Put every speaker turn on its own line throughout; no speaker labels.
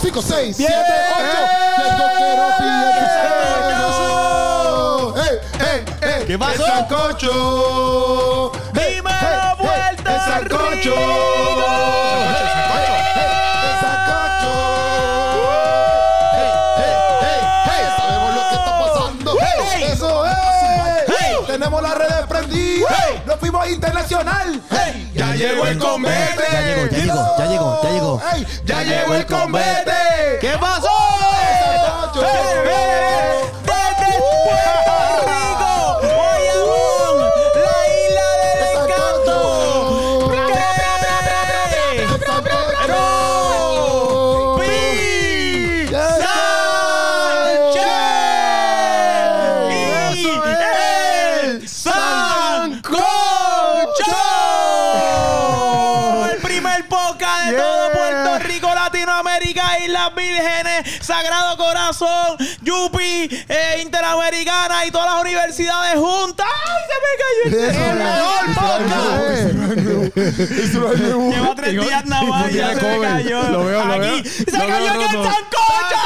5, 6, 7, 8. El coquero pide que se ¡Ey, ey, ey!
¿Qué pasó?
¡El sancocho!
¡Dime la vuelta
¡El
al
sancocho!
río!
¡El sancocho! ¡Ey, el sancocho! ¡Ey, ey, ey, ey! Sabemos lo que está pasando.
¡Ey!
¡Eso es!
¡Ey!
Tenemos las redes prendidas.
¡Ey!
Nos fuimos internacional.
¡Ey!
Ya llegó el combate.
Ya llegó, ya llegó, ya llegó, ya llegó.
Ey, ya llegó el combate.
¿Qué pasó?
¡Oh! sancocho!
¡Eh, eh, eh! Desde Puerto Rico, Bayamón, la isla del
¡El
encanto.
sancocho!
¡Tres,
¡El
dos,
sancocho!
pi,
¡Ya
Sánchez!
está!
¡Y el Sancocho! El primer poca de todo Puerto Rico, Latinoamérica, Islas Vírgenes, Sagrado Corazón, Yupi, eh, Interamericana y todas las universidades juntas. ¡Ay, se me
Eso,
cayó el mejor
eso,
podcast!
Eso no es nuevo.
Lleva tres días nada más y ya se me cayó.
Lo veo, lo veo.
Aquí. ¡Se
Lo veo
cayó en el
roto.
sancocho!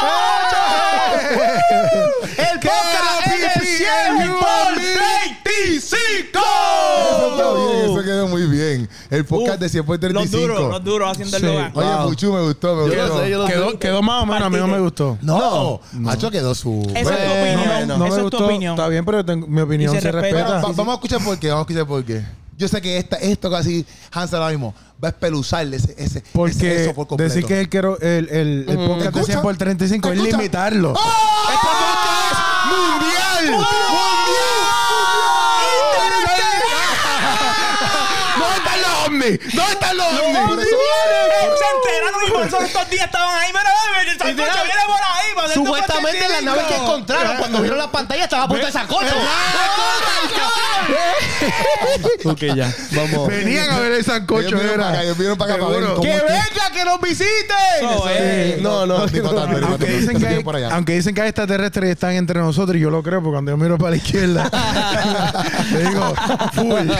¡El podcast es el 100 por 25!
Eso está bien, eso quedó muy bien. El podcast
Uh,
de 100 por 35.
Los duros, los duros haciendo el
Sí.
hogar.
Oye,
Wow.
Puchu, me gustó, me
lo
gustó.
sé, yo lo-
Quedó, quedó más o menos, a mí no me gustó.
No, Nacho quedó su.
Esa es tu
Bueno,
opinión.
bueno.
No me
Esa es tu
gustó.
opinión.
Está bien, pero tengo- mi opinión
Y
se,
se respeta.
respeta.
Va-
sí, sí.
Vamos a escuchar por qué, vamos a escuchar por qué. Yo sé que esta, esto casi Hans ahora mismo va a espeluzar ese, ese, ese
Porque
eso por completo.
decir que el, quiero- el, el,
Mm.
el podcast de
¿Escucha?
100 por 35 es
¿Escucha?
limitarlo.
mundial!
¿Dónde están los ovnis? ¿Dónde están los
Por
ovnis?
eso-
Se enteraron y por eso estos días estaban ahí. Mira, mira, el sancocho
Literal.
viene por ahí. para hacer tu
Supuestamente la nave que
45.
encontraron cuando vieron la pantalla estaba a punto de sancocho. eh,
ok, ya. Vamos.
Venían a ver el sancocho,
Ellos vinieron para acá, ellos vinieron para acá para ver
Seguro.
cómo
¡Que
es que-
venga, que nos
Eso
visiten!
es.
No, no.
Eh, No, digo tanto, digo tanto.
Aunque dicen que
Eso
hay,
viene por allá.
aunque dicen que hay extraterrestres y están entre nosotros, y yo lo creo, porque cuando yo miro para la izquierda, le digo, full,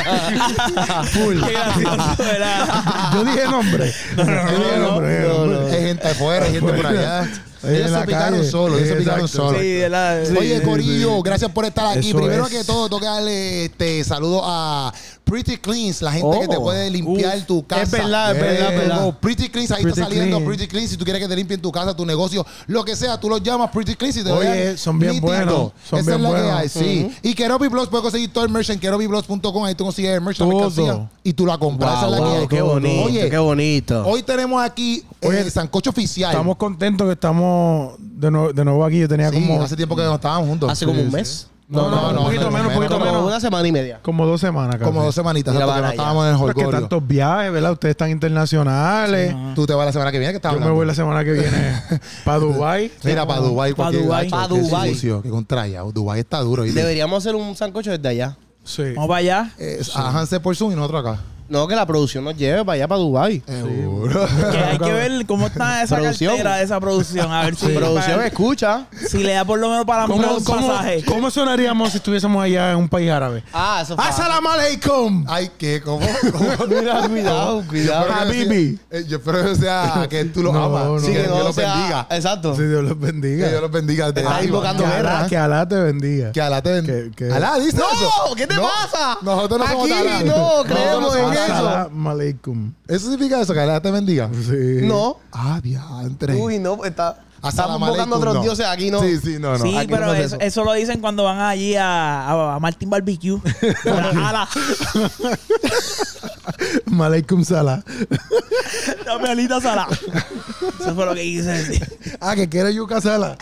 full.
Qué gracioso, ¿verdad?
Yo dije nombre. yo dije
no,
nombre. dije nombre.
Hay gente afuera, hay gente por allá.
en
Ellos se
la
picaron
calle.
solos, ellos se picaron
Exacto.
solos.
Sí, ¿verdad?
Sí.
Oye, Corillo,
sí.
gracias por estar aquí.
Eso
Primero
es.
que todo, tengo que darle este, saludo a Pretty Cleans, la gente que te
Oh.
puede limpiar
Uf.
tu casa.
Es verdad, es
Eh,
verdad, es verdad.
no, Pretty Cleans, ahí
Pretty
está saliendo
Clean.
Pretty Cleans. Si tú quieres que te limpien tu casa, tu negocio, lo que sea, tú los llamas Pretty Cleans y te
Oye,
vean
son bien
nítido.
buenos, son
Esa
bien
es la
buenos.
que hay, sí. Y Keropi Blogs, puedes conseguir todo el merch en kerobiblogs.com. Ahí tú consigues el merch, la
Todo.
mercancía, y tú la compras. Esa es la que hay. Oye,
bonito.
hoy tenemos aquí
Oye,
el sancocho oficial.
Estamos contentos que estamos de nuevo, de nuevo aquí. Yo tenía
Sí,
como,
hace tiempo que no estábamos juntos.
Hace como un mes.
No, no,
no,
un poquito
no,
menos,
menos,
un poquito
Como
menos.
menos.
una semana y media.
Como dos semanas, casi.
Como dos semanitas,
Mira,
exacto, que no
van allá.
estábamos en el
Pero es Pues que
jolgorio.
tantos viajes, ¿verdad? Ustedes están internacionales.
Tú te vas la semana que viene que estás
Yo me
hablando.
voy la semana que viene para Dubái.
Mira, para Dubái.
Pa'
cualquier
Dubái.
gacho,
Pa'
qué
Dubái.
sucio, Qué contraya. Dubái está duro. ¿oíste?
Deberíamos hacer un sancocho desde allá.
Sí.
Vamos para allá.
Eh, A Hanse por Zoom y nosotros acá.
No, que la producción nos lleve para allá, para Dubai.
Seguro.
Que hay que ver cómo está esa
Producción.
cartera de esa producción. A ver si,
Producción,
para-
escucha.
si le da por lo menos para comprar un pasaje.
cómo sonaríamos si estuviésemos allá en un país árabe?
Ah, eso fue.
¡Asalamu alaikum!
Ay, qué, ¿cómo? ¿Cómo?
Mira, cuidado, cuidado.
Espero que
Habibi.
sea- eh, Yo espero que sea que tú lo
No,
amas.
no.
Sí,
Sí,
que
que
Dios
no
los
sea-
bendiga.
Exacto.
Si Dios los
Que
bendiga.
Dios los bendiga. desde
Estás
arriba.
invocando
que,
guerra.
Alá, que Alá te bendiga.
Que Alá te bendiga.
Que- que-
Alá dice eso.
No, ¿qué te pasa?
Nosotros no somos
Aquí
Alá.
no
Nosotros
creemos
somos
en
Alá.
eso.
Asalamu alaikum.
Eso significa eso, que Alá te bendiga.
Sí.
No.
Ah, diantre.
Uy, no, está. Estamos
Asalamu
invocando a otros
alaikum, no.
dioses aquí, ¿no?
Sí, sí, no, no.
sí,
aquí
pero
no se hace
eso,
eso.
eso lo dicen cuando van allí a, a, a Martin Barbecue. Para ala.
Malaikum Salah.
Dame alita salada. Eso fue lo que quise decir.
Ah, que quiere yuca Salah.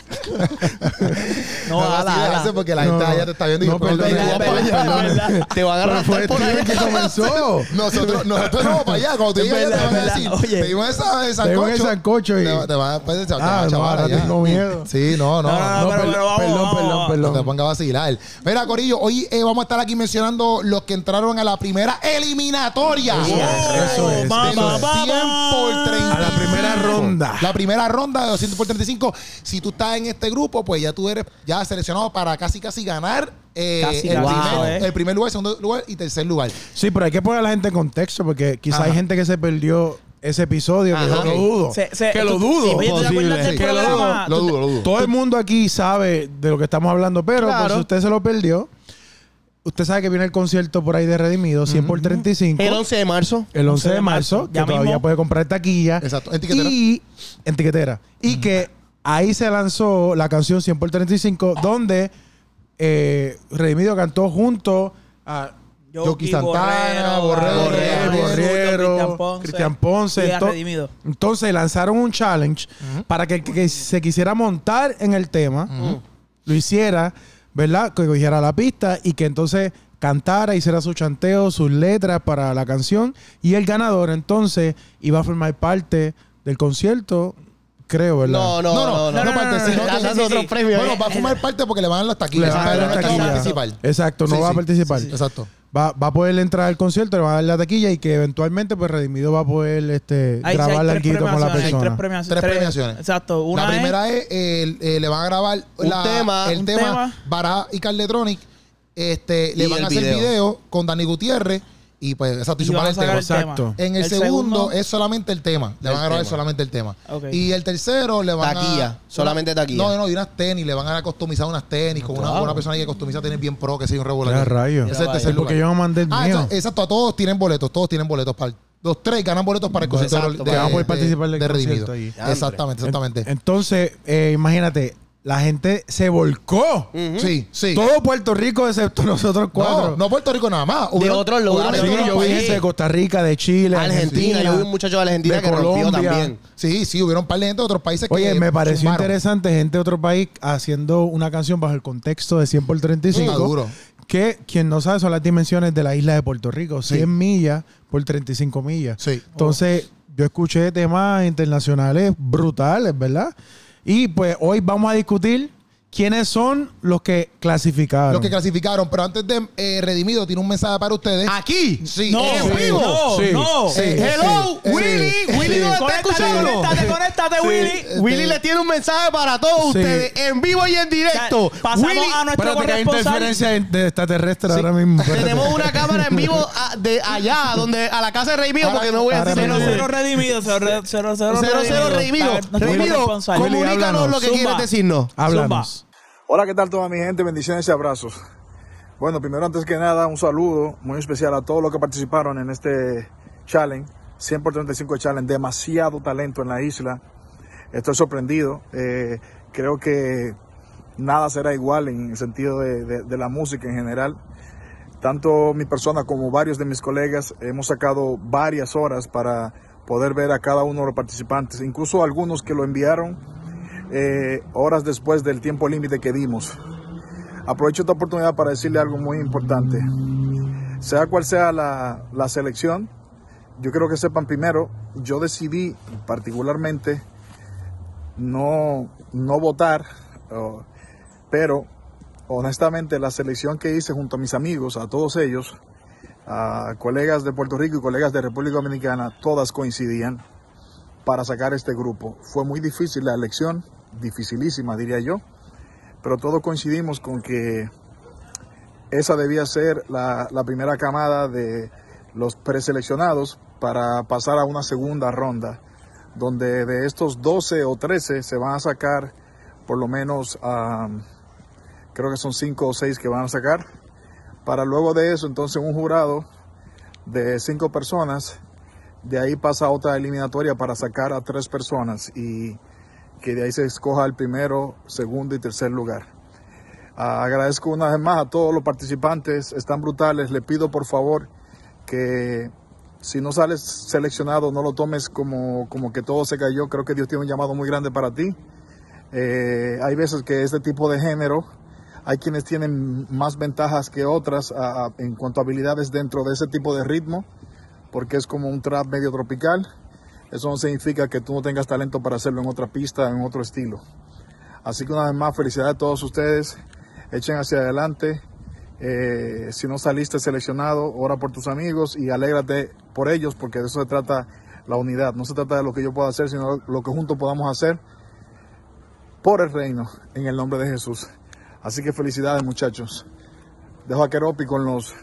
No,
No, así le hace
ala, ala.
porque la gente allá te está viendo y
no,
yo, pero
perdón,
tú vas
Verdad,
para allá.
verdad, verdad.
Te van a
Pero fue
arrastrar por
Steven
ahí.
que comenzó.
Nosotros, nosotros no vamos para allá. Cuando tú
Es
llegas, te
verdad,
van a
es verdad.
decir,
Oye.
pedimos esa, el
Te
sancocho.
el sancocho y...
Te va- te van a pues, te va- te va
Ah,
a
no,
chavar
ahora
allá.
tengo miedo.
Sí, no, no.
No, no, no, pero-
perdón,
pero vamos,
perdón,
vamos,
perdón,
vamos.
No te
perdón.
pongas a vacilar. Mira, Corillo, hoy eh, vamos a estar aquí mencionando los que entraron a la primera eliminatoria.
Oh,
Eso es,
mamá,
eso es.
mamá.
100 por 30.
A la primera ronda.
La primera ronda de 200 por 35. Si tú estás en este grupo, pues ya tú eres ya seleccionado para casi casi ganar eh,
Casi,
el,
wow,
primer,
eh.
el primer lugar, segundo lugar y tercer lugar.
Sí, pero hay que poner a la gente en contexto porque quizá
Ajá.
hay gente que se perdió ese episodio, que
Ajá.
yo lo dudo.
Se- se-
que lo
Eh, tú-
dudo.
sí, oye, ¿tú te
Posible.
acuerdas del
Que lo dudo.
programa?
Lo
Tú-
dudo, lo dudo.
Todo el mundo aquí sabe de lo que estamos hablando, pero por
Claro.
si usted se lo perdió, usted sabe que viene el concierto por ahí de Redimido, 100 por 35.
El 11 de marzo.
El 11 de
de marzo,
marzo, que
ya
todavía
mismo.
puede comprar taquilla.
Exacto, en tiquetera.
Y en tiquetera. Y que ahí se lanzó la canción 100 por 35, donde eh, Redimido cantó junto a
Yoki Santana, Borrero,
Borrero,
Borrero,
Borrero, Cristian Ponce.
y a
ento-
Redimido.
Entonces lanzaron un challenge para que el que se quisiera montar en el tema lo hiciera, ¿verdad? Que cogiera la pista y que entonces cantara, hiciera su chanteo, sus letras para la canción. Y el ganador entonces iba a formar parte del concierto, creo, ¿verdad?
No, no, no, no.
no, parte,
no,
sino
no,
que-
no,
Están
sí,
dando
sí,
otros
sí.
premios.
Bueno,
¿eh?
va a formar parte porque le van a dar las
Le
taquillas.
van a dar
pero
la
no es que va a
taquilla.
participar.
Exacto, no
Sí,
va a
sí.
participar.
Exacto.
Va, va a poder entrar al concierto, le van a dar la taquilla y que eventualmente pues Redimido va a poder este,
Ahí sí,
grabar
hay tres
larguito con la
premiaciones, hay
persona.
Tres premiaciones.
Tres premiaciones.
Exacto. Una
la
es-
primera es, eh, el- eh, le van a grabar
Un
la-
tema,
el
un
tema,
tema.
Baraja y Carletronic. Este, le
Y
van
el
a hacer
video.
video con Dani Gutiérrez y pues exacto, y
y
sumar
van a
el
sacar
tema.
el tema.
Exacto.
En el, segundo, es solamente el tema. Le
El
van a grabar
tema.
solamente el tema.
Ok.
Y el tercero le van a.
Taquilla, solamente taquilla.
No, no, y unas tenis. Le van a customizar unas tenis con una,
Claro.
una persona que customiza tenis bien pro, que sea un
Ya,
regular.
rayos.
Ese es el
Ya,
tercer
vaya.
lugar.
Porque yo me mandé el
Ah,
mío.
exacto, exacto, a todos tienen boletos, todos tienen boletos para el- los tres ganan boletos para el concierto de-
Exacto,
de,
que
van a poder
de-
participar del
de Redimido.
concierto allí.
Exactamente, exactamente.
En- Entonces, eh, imagínate, la gente se volcó.
sí, sí.
Todo Puerto Rico, excepto nosotros cuatro.
No, no Puerto Rico nada más. Hubieron-
otros lugares,
hubieron
Sí,
otros
yo vi
países.
gente de Costa Rica, de Chile,
Argentina. Yo vi un muchacho de Argentina
de
que rompió
Colombia.
también.
Sí, sí, hubieron un par de gente de otros países que
Oye, me pareció
zumbaron.
interesante gente de otro país haciendo una canción bajo el contexto de 100 por 35.
Está duro.
Que quien no sabe son las dimensiones de la isla de Puerto Rico: 100 millas por 35 millas.
Sí.
Entonces, yo escuché temas internacionales brutales, ¿verdad? Y pues hoy vamos a discutir quiénes son los que clasificaron.
Los que clasificaron, pero antes de eh, Redimido tiene un mensaje para ustedes.
Aquí.
Sí,
No,
en
sí,
vivo. Eh,
no,
Sí,
no.
sí,
Hello,
sí,
Willy.
sí,
Willy,
sí.
¿dónde está
Conéctate,
escuchando?
conéctate, conéctate, Willy.
Willy le tiene un mensaje para todos
Sí.
ustedes en vivo y en directo.
Ya, pasamos
Willy,
a nuestro
Espérate que hay
corresponsal.
interferencia en- de extraterrestre ahora mismo. Espérate.
tenemos una cámara en vivo a- de allá, donde a la casa de Rey Mío,
Ahora-
porque no voy a
ahora
decir
Cero,
mismo.
el
cero
nombre.
redimido, cero, re- cero, cero,
Cero, cero,
redimido.
Redimido.
Para nuestro
Redimido,
corresponsal.
Willy,
comunícanos
háblanos.
lo que quieres
Zumba.
decirnos.
Háblanos.
Hola, ¿qué tal toda mi gente? Bendiciones y abrazos. Bueno, primero antes que nada, un saludo muy especial a todos los que participaron en este challenge, 100 por 35 challenge, demasiado talento en la isla. Estoy sorprendido, eh, creo que nada será igual en el sentido de, de- de la música en general. Tanto mi persona como varios de mis colegas hemos sacado varias horas para poder ver a cada uno de los participantes, incluso algunos que lo enviaron eh, horas después del tiempo límite que dimos. Aprovecho esta oportunidad para decirle algo muy importante. Sea cual sea la, la selección, yo creo que sepan primero, yo decidí particularmente no, no votar, o- pero honestamente la selección que hice junto a mis amigos, a todos ellos, a colegas de Puerto Rico y colegas de República Dominicana, todas coincidían para sacar este grupo. Fue muy difícil la elección, dificilísima diría yo, pero todos coincidimos con que esa debía ser la, la primera camada de los preseleccionados para pasar a una segunda ronda, donde de estos 12 o 13 se van a sacar por lo menos, ah, creo que son 5 o 6 que van a sacar, para luego de eso entonces un jurado de 5 personas de ahí pasa a otra eliminatoria para sacar a tres personas y que de ahí se escoja el primero, segundo y tercer lugar. Ah, agradezco una vez más a todos los participantes, están brutales. Le pido por favor que si no sales seleccionado no lo tomes como, como que todo se cayó. Creo que Dios tiene un llamado muy grande para ti. Eh, hay veces que este tipo de género, hay quienes tienen más ventajas que otras ah, ah, en cuanto a habilidades dentro de ese tipo de ritmo porque es como un trap medio tropical. Eso no significa que tú no tengas talento para hacerlo en otra pista, en otro estilo. Así que una vez más, felicidades a todos ustedes. Echen hacia adelante. Eh, si no saliste seleccionado, ora por tus amigos y alégrate por ellos, porque de eso se trata la unidad. No se trata de lo que yo pueda hacer, sino lo que juntos podamos hacer por el reino, en el nombre de Jesús. Así que felicidades, muchachos. Dejo a Keropi con los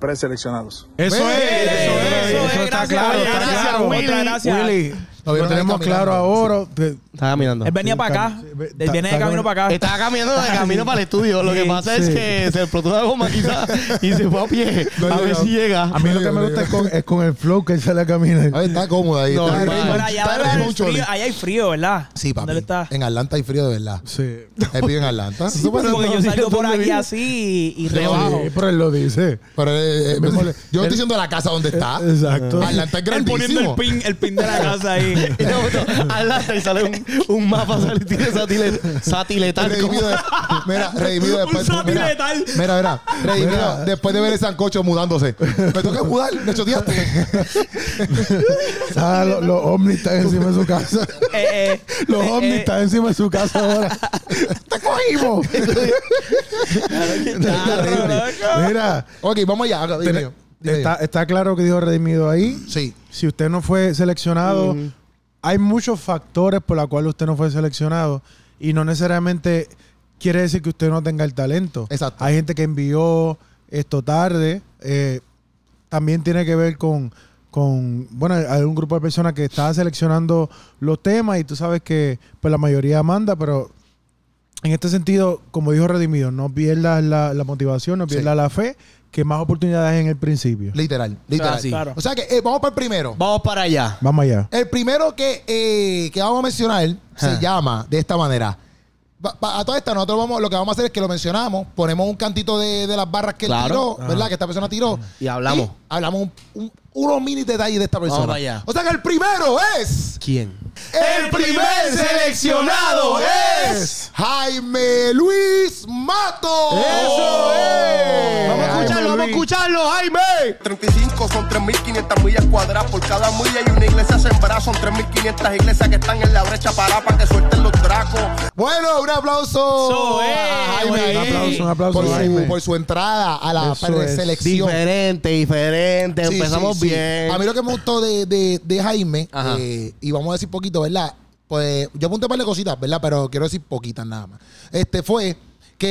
preseleccionados.
Eso es, eso es,
eso
eso
es,
está
gracias,
claro, está
gracias,
claro.
Willy.
Muchas gracias. Willy,
Todavía
lo
está
tenemos
caminando.
claro ahora. Te-
Estaba caminando.
Él venía
Sí,
para acá.
cam- sí, ve-
Él
ta-
viene de
ta-
camino para acá.
Estaba caminando de camino para el estudio. Lo que
Sí,
pasa es
sí.
que se explotó una goma quizás y se fue a pie.
No,
a
yo-
ver
yo-
si llega.
A mí lo que me gusta es con, es con el flow que él sale a caminar.
Ay, está cómodo ahí.
No,
está
hermano.
rico.
Pero allá
Está
ahora
rico
hay
un chole.
frío, allá hay frío, ¿verdad?
Sí, papi.
¿Dónde está?
En Atlanta hay frío de verdad.
Sí.
Él vive en Atlanta.
Sí, porque yo salgo por
¿Dónde
aquí
vive?
así y
Sí,
rebajo.
pero él lo dice.
Pero eh, eh,
Me mole-
yo no estoy
el-
diciendo la casa donde está.
Exacto.
Atlanta es
Eh, Él poniendo el
grandísimo.
pin, el pin de la casa ahí.
Y de momento, al lado, y sale un, un mapa sale, tiene satile- satiletal. como-
Redimido de- mira, redimido después.
Un
mira,
satirital.
mira, mira, redimido
Mira.
después de ver el sancocho mudándose. Me toca mudar, me choteaste.
Ah, lo- los ovnis están encima de su casa.
Eh, eh,
Los
eh,
ovnis
eh,
están encima de su casa ahora. ¡Te cogimos! Mira,
ok, vamos allá. ahora, dime,
tiene-
dime.
está, está claro que dijo redimido ahí.
Sí.
Si usted no fue seleccionado, hay muchos factores por los cuales usted no fue seleccionado. Y no necesariamente quiere decir que usted no tenga el talento.
Exacto.
Hay gente que envió esto tarde. eh, también tiene que ver con, con, bueno, hay un grupo de personas que está seleccionando los temas y tú sabes que pues la mayoría manda, pero en este sentido, como dijo Redimido, no pierdas la, la motivación, no
Sí.
pierdas la fe, que más oportunidades en el principio.
Literal, literal.
Así.
Claro.
O sea que eh, vamos para el primero.
Vamos para allá.
Vamos allá.
El primero que, eh, que vamos a mencionar
Ajá.
se llama de esta manera. Va- va- a toda esta, nosotros vamos, lo que vamos a hacer es que lo mencionamos, ponemos un cantito de, de las barras que él
Claro.
tiró, ¿verdad? Que esta persona tiró.
Y hablamos.
hablamos un- un- unos mini detalles de esta persona.
Vamos para allá.
O sea que el primero es.
¿Quién?
El primer seleccionado es. Jaime Luis Oh. Mato. ¡Eso es!
¡Oh! Vamos a escucharlo, vamos a escucharlo, Jaime.
35 son 3.500 millas cuadradas. Por cada milla hay una iglesia sembrada. Son 3.500 iglesias que están en la brecha para para que suelten los dracos.
Bueno, un aplauso.
Eso es,
a Jaime
güey.
ahí.
Un
aplauso, un aplauso,
Por,
Jaime.
su, por su entrada a la
Eso es.
selección.
Diferente, diferente.
Sí,
Empezamos
sí, sí.
bien.
A mí lo que me gustó de, de- de Jaime,
Ajá.
eh, y vamos a decir poquito, ¿verdad? Pues yo apunté un par de cositas, ¿verdad? Pero quiero decir poquitas nada más. Este fue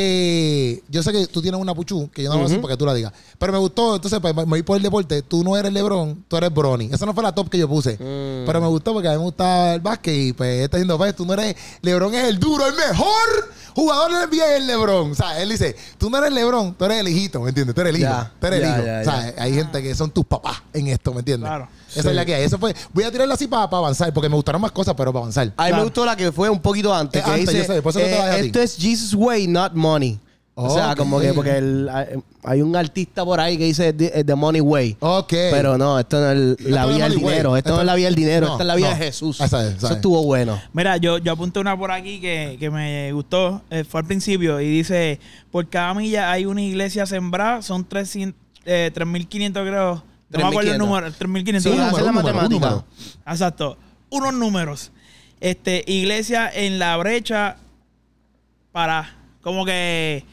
que yo sé que tú tienes una puchú, que yo no voy a decir porque tú la digas. Pero me gustó, entonces pues, me me voy por el deporte. Tú no eres Lebron, tú eres Bronny. Esa no fue la top que yo puse.
Mm.
Pero me gustó porque a mí me gustaba el básquet y pues está diciendo, pues tú no eres. Lebron es el duro, el mejor jugador del NBA es Lebron. O sea, él dice, tú no eres Lebron, tú eres el hijito, ¿me entiendes? Tú eres el hijo.
Ya,
tú eres el
ya,
hijo.
ya,
O sea, Eh, hay gente que son tus papás en esto, ¿me entiendes?
Ah. Claro.
Esa es la que hay. Eso fue. Voy a tirarla así para avanzar, porque me gustaron más cosas, pero para avanzar.
A mí me gustó la que fue un poquito antes.
Eh,
que
antes,
dice,
yo sé, por eso no te la dejé a ti.
Esto es Jesus Way, not money. O sea,
Ok.
como que porque el- hay- hay un artista por ahí que dice The, the Money Way.
Ok.
Pero no, esto no es el- la
no es
vía del
Money Way.
dinero. Esto no es la vía del dinero.
No,
Esta es la vía
no.
de Jesús.
Esa es, esa
Eso
es.
estuvo bueno.
Mira, yo, yo apunté una por aquí que, que me gustó. eh, fue al principio y dice: Por cada milla hay una iglesia sembrada. Son 300, eh, 3.500, creo. No me acuerdo el
3.500.
número. 3.500.
Sí,
un
hacer
número,
la
un número, un
matemática.
número.
Exacto. Unos números. Este, iglesia en la brecha para. Como que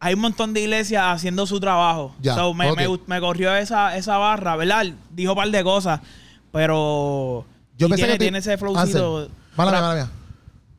hay un montón de iglesias haciendo su trabajo.
Ya,
So, me,
ok.
me gust- me corrió esa, esa barra, ¿verdad? Dijo un par de cosas. Pero. y tiene,
te- Ah,
tiene ese flowcito.
Ansel, Mala mía, mala mía.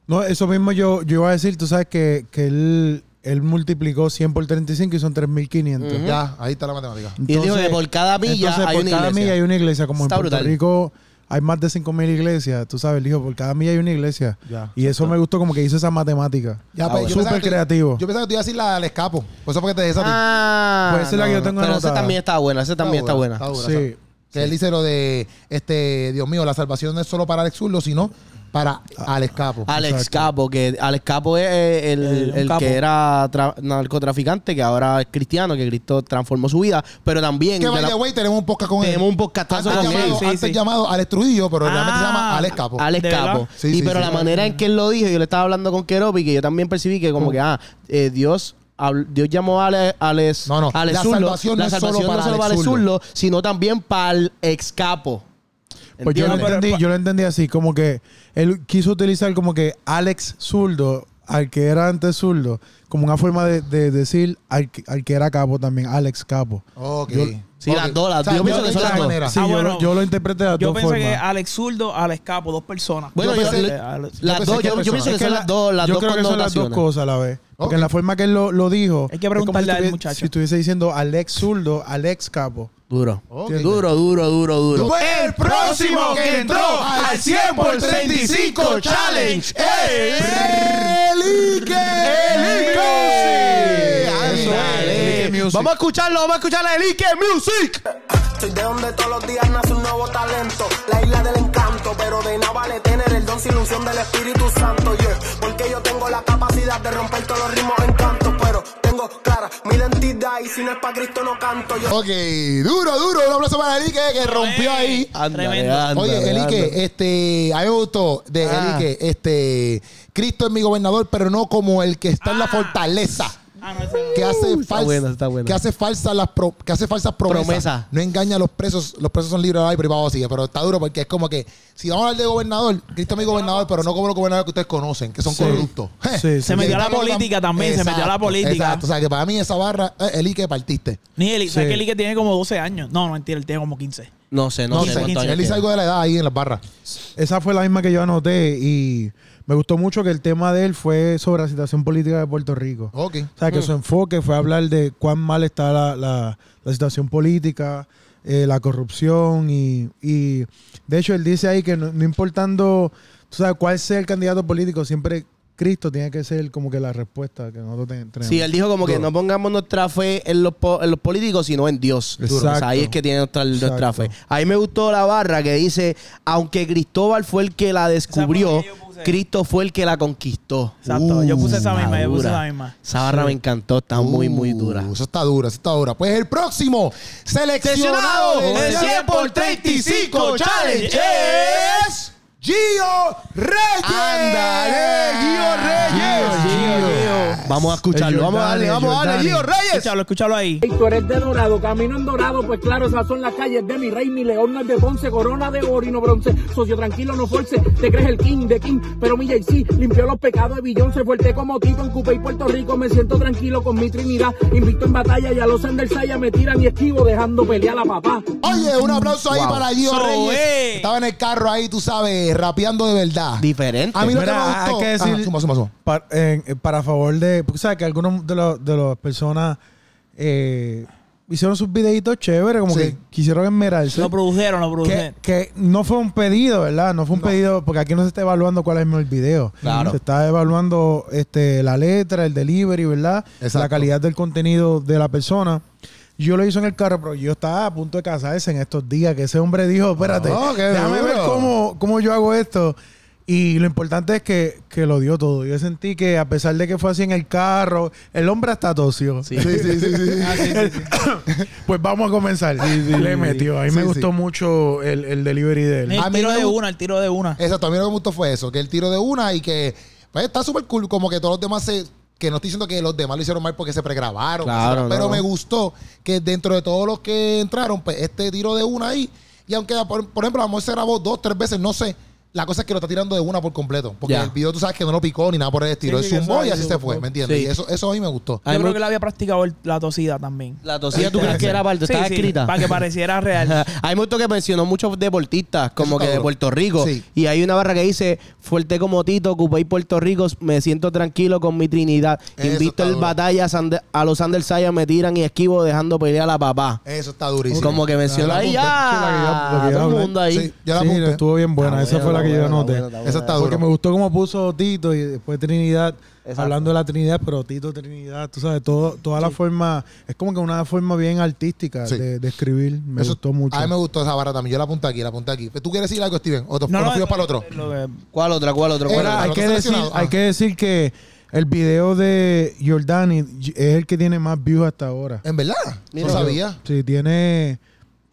No, eso mismo yo, yo iba a decir, tú sabes que, que él, él multiplicó 100 por 35 y son 3500.
Ya, ahí está la matemática.
y dijo que por cada milla
Entonces,
hay
por
una
cada
iglesia.
milla hay una iglesia. Como
Está
en Puerto
brutal.
Rico hay más de 5000 iglesias, tú sabes, él dijo, por cada milla hay una iglesia.
Ya,
y eso me gustó como que hizo esa matemática.
Ya, pues,
Ah, bueno.
yo pensaba
Súper
que-
creativo.
Yo pensaba que te iba a decir la del escapo. Por eso fue que te dejé esa a ti.
Ah,
Pues esa es la que yo tengo
Pero
anotada.
esa también está buena. Esa también está buena.
Está dura,
Sí.
esa. Que él dice lo de, este, Dios mío, la salvación no es solo para Alex Zurdo, sino para Alex Capo.
Ah. Alex Capo, que Alex Capo es eh, el,
El- un
el
capo.
que era tra- narcotraficante, que ahora es cristiano, que Cristo transformó su vida, pero también
que
de
by
la-
the way, tenemos un podcast con él.
tenemos un podcastazo
Antes
con él.
llamado,
sí,
antes
sí.
llamado Alex Trujillo, pero realmente se
Ah,
llama Alex Capo.
Alex
¿De verdad?
Capo.
Sí,
y
sí,
pero
sí.
la manera en que él lo dijo, yo le estaba hablando con Keropi, que yo también percibí que como que, ah, eh, Dios... habl- Dios llamó a Ale- Alex,
No, no,
Alex
la
Zurlo.
salvación no
La
es solo
salvación
para
no
Alex
Zurlo, sino también para el ex capo.
Pues yo lo,
¿Entiendes?
entendí, yo lo entendí así, como que él quiso utilizar como que Alex Zurdo al que era antes zurdo, como una forma de, de decir al, que- al que era capo también, Alex Capo.
Ok.
Yo-
Sí, las dos, las
O sea,
dos. Yo pienso que son
de
las
esa
dos.
manera.
Sí,
Ah,
yo,
bueno.
lo- yo ah, lo interpreté de las
Yo
dos
pensé que
formas.
Alex Zurdo, Alex Capo, dos personas.
Bueno,
Yo
yo,
pensé-
le-
Alex-
las
pensé
dos,
que
yo, yo
personas.
pienso que
Es
son
la-
las dos, las
yo
dos
creo que son las dos
connotaciones.
cosas a la vez.
Ok.
Porque en la forma que él lo, lo dijo,
Hay que
es como si
preguntarle al
estuvi-
muchacho.
Si estuviese diciendo Alex zurdo, Alex capo.
Duro.
Ok.
Duro, duro, duro, duro.
El próximo que entró al 100 por 35 challenge es el Ike. El Eso
Dale.
es. Ike Music.
Vamos a escucharlo, vamos a escuchar el Ike Music.
Soy de donde todos los días nace un nuevo talento, la isla del encanto, pero de nada vale tener el don sin ilusión del Espíritu Santo, yeah. porque yo tengo la capacidad de romper todos los ritmos en canto, pero tengo clara mi identidad y si no es para Cristo no canto, yo
Ok, duro, duro. Un abrazo para el Ike que rompió ahí.
Ándale,
Tremendo.
ándale,
Oye, el
ándale.
Ike, este, a mí me gustó de el
Ah.
Ike, este, Cristo es mi gobernador, pero no como el que está en la
Ah.
fortaleza.
Ah, no, ese no.
Que hace,
está
falsa-
buena, está buena.
que hace falsa las pro- que hace falsas promesas.
Promesa.
No engaña a los presos. Los presos son libres ahora y privados sigue. Pero está duro porque es como que si vamos a hablar de gobernador, Cristo es mi gobernador, pero no como los gobernadores que ustedes conocen, que son
Sí.
corruptos.
Sí, sí.
Y
Se
metió a la
estamos tam-
política también, se metió a la política.
Exacto. O sea que para mí esa barra, eh, el Ike partiste.
Ni el, ¿sabes
Sí.
que el Ike tiene como 12 años? No, no, mentira, él tiene como 15.
No sé, no,
No
sé.
sé,
cuántos años
él hizo
tiene.
algo de la edad ahí en las barras.
Esa fue la misma que yo anoté y me gustó mucho que el tema de él fue sobre la situación política de Puerto Rico.
Ok.
O sea, que su enfoque fue hablar de cuán mal está la, la- la situación política, eh, la corrupción y, y de hecho él dice ahí que no, no importando tú sabes, cuál sea el candidato político, siempre Cristo tiene que ser como que la respuesta que nosotros ten- tenemos.
Sí, él dijo como que
Duro.
no pongamos nuestra fe en los, po- en los políticos, sino en Dios.
Exacto.
O sea, ahí es que tiene nuestra, nuestra fe.
Exacto.
Ahí me gustó la barra que dice, aunque Cristóbal fue el que la descubrió,
Esa fue la que yo puse.
Cristo fue el que la conquistó.
Exacto, yo puse esa
está
misma, yo puse
dura.
esa misma.
Esa barra me encantó, está muy, muy
Uh,
dura.
Eso está dura, eso está dura. Pues el próximo seleccionado
Seleccionado,
del
el
100 por 35 challenge es Gio Reyes.
Ándale, Gio
Reyes.
Gio, Gio. Vamos a escucharlo,
El
vamos a darle,
Jordani,
vamos a darle,
Jordani.
Gio Reyes.
Escúchalo, escúchalo ahí.
Y tú eres de Dorado, camino en Dorado, pues claro, esas son las calles de mi rey, mi león no es de Ponce, corona de oro y no bronce, socio tranquilo, no force, te crees el king de king, pero mi JC limpió los pecados de Billón, se fuerte como Tito en Cuba y Puerto Rico, me siento tranquilo con mi Trinidad, invicto en batalla y a los Endersaya me tiran y esquivo dejando pelear a papá.
Oye, un aplauso ahí para Gio
So,
Reyes.
eh.
Estaba en el carro ahí, tú sabes, rapeando de verdad.
Diferente.
A mí lo que me
Mira, ah,
gustó.
hay que decir-
Ajá, suma, suma, suma.
Para, en- eh, para favor de. Porque sabes que algunos de, los- de las personas eh, hicieron sus videitos chéveres, como
Sí.
que quisieron esmerarse.
Lo produjeron, lo
que,
produjeron.
que no fue un pedido, ¿verdad? No fue un pedido, porque aquí no se está evaluando cuál es el mejor video.
Claro.
Se está evaluando este, la letra, el delivery, ¿verdad?
Exacto.
La calidad del contenido de la persona. Yo lo hice en el carro, pero yo estaba a punto de casarse en estos días, que ese hombre dijo, espérate,
Oh, qué
déjame ver
duro.
cómo, cómo yo hago esto. Y lo importante es que, que lo dio todo. Yo sentí que a pesar de que fue así en el carro, el hombre hasta tosió.
Sí, sí, sí, sí.
Pues vamos a comenzar. Le metió. A mí
Sí,
me
sí.
gustó mucho el, el delivery de él.
a
El
mí
tiro
me Eh,
de
gust-
una, el tiro de una.
Exacto, a mí lo que me gustó fue eso, que el tiro de una y que pues, está súper cool, como que todos los demás se... Que no estoy diciendo que los demás lo hicieron mal porque se pregrabaron,
Claro,
etcétera, pero
no.
me gustó que dentro de todos los que entraron, pues este tiro de una ahí, y aunque por, por ejemplo la mujer se grabó dos, tres veces, no sé, la cosa es que lo está tirando de una por completo, porque
Ya.
el video tú sabes que no lo picó ni nada por el estilo,
Sí,
es
sí,
zumbó
eso-
y así
eso-
se fue, ¿me entiendes?
Sí.
Y eso, eso a mí me gustó.
A mí
Yo
me-
creo que le había practicado el- la tosida también.
La tosía, ¿tú crees que era parte?
Sí,
Estaba
sí,
escrita.
Para que pareciera real.
Hay mucho que mencionó muchos deportistas, como
está
que de
duro.
Puerto Rico.
Sí.
Y hay una barra que dice, fuerte como Tito, ocupé Puerto Rico, me siento tranquilo con mi Trinidad.
Eso
Invito
está
el
duro.
batalla Sande- a los Andersaya, me tiran y esquivo dejando pelear a la papá.
Eso está durísimo.
Como que mencionó
la
ahí
punta,
ya.
sí, la que yo- la que
todo
yo
el
hablé.
mundo ahí.
Sí, yo la
Sí,
apunté. Ah,
estuvo bien buena. Esa
buena,
fue la que yo
está buena,
anoté.
está buena, está
Esa está
Porque
dura.
me gustó cómo puso Tito y después Trinidad.
Exacto.
Hablando de la Trinidad, pero Tito, Trinidad, tú sabes, todo, toda la forma. Es como que una forma bien artística
Sí.
de, de escribir. Me
Eso-
gustó mucho.
A mí me gustó esa barra también, yo la apunté aquí, la apunté aquí. ¿Tú quieres decir algo, Steven? ¿O, te- o nos fuimos para el otro?
eh, lo que-
¿Cuál otra? ¿Cuál otra? ¿Cuál
Era-
Ahora,
otra?
hay,
Los
que decir,
seleccionados,
hay
ah.
que decir que el video de Jordani es el que tiene más views hasta ahora.
¿En verdad?
Mira.
no sabía.
Sí, tiene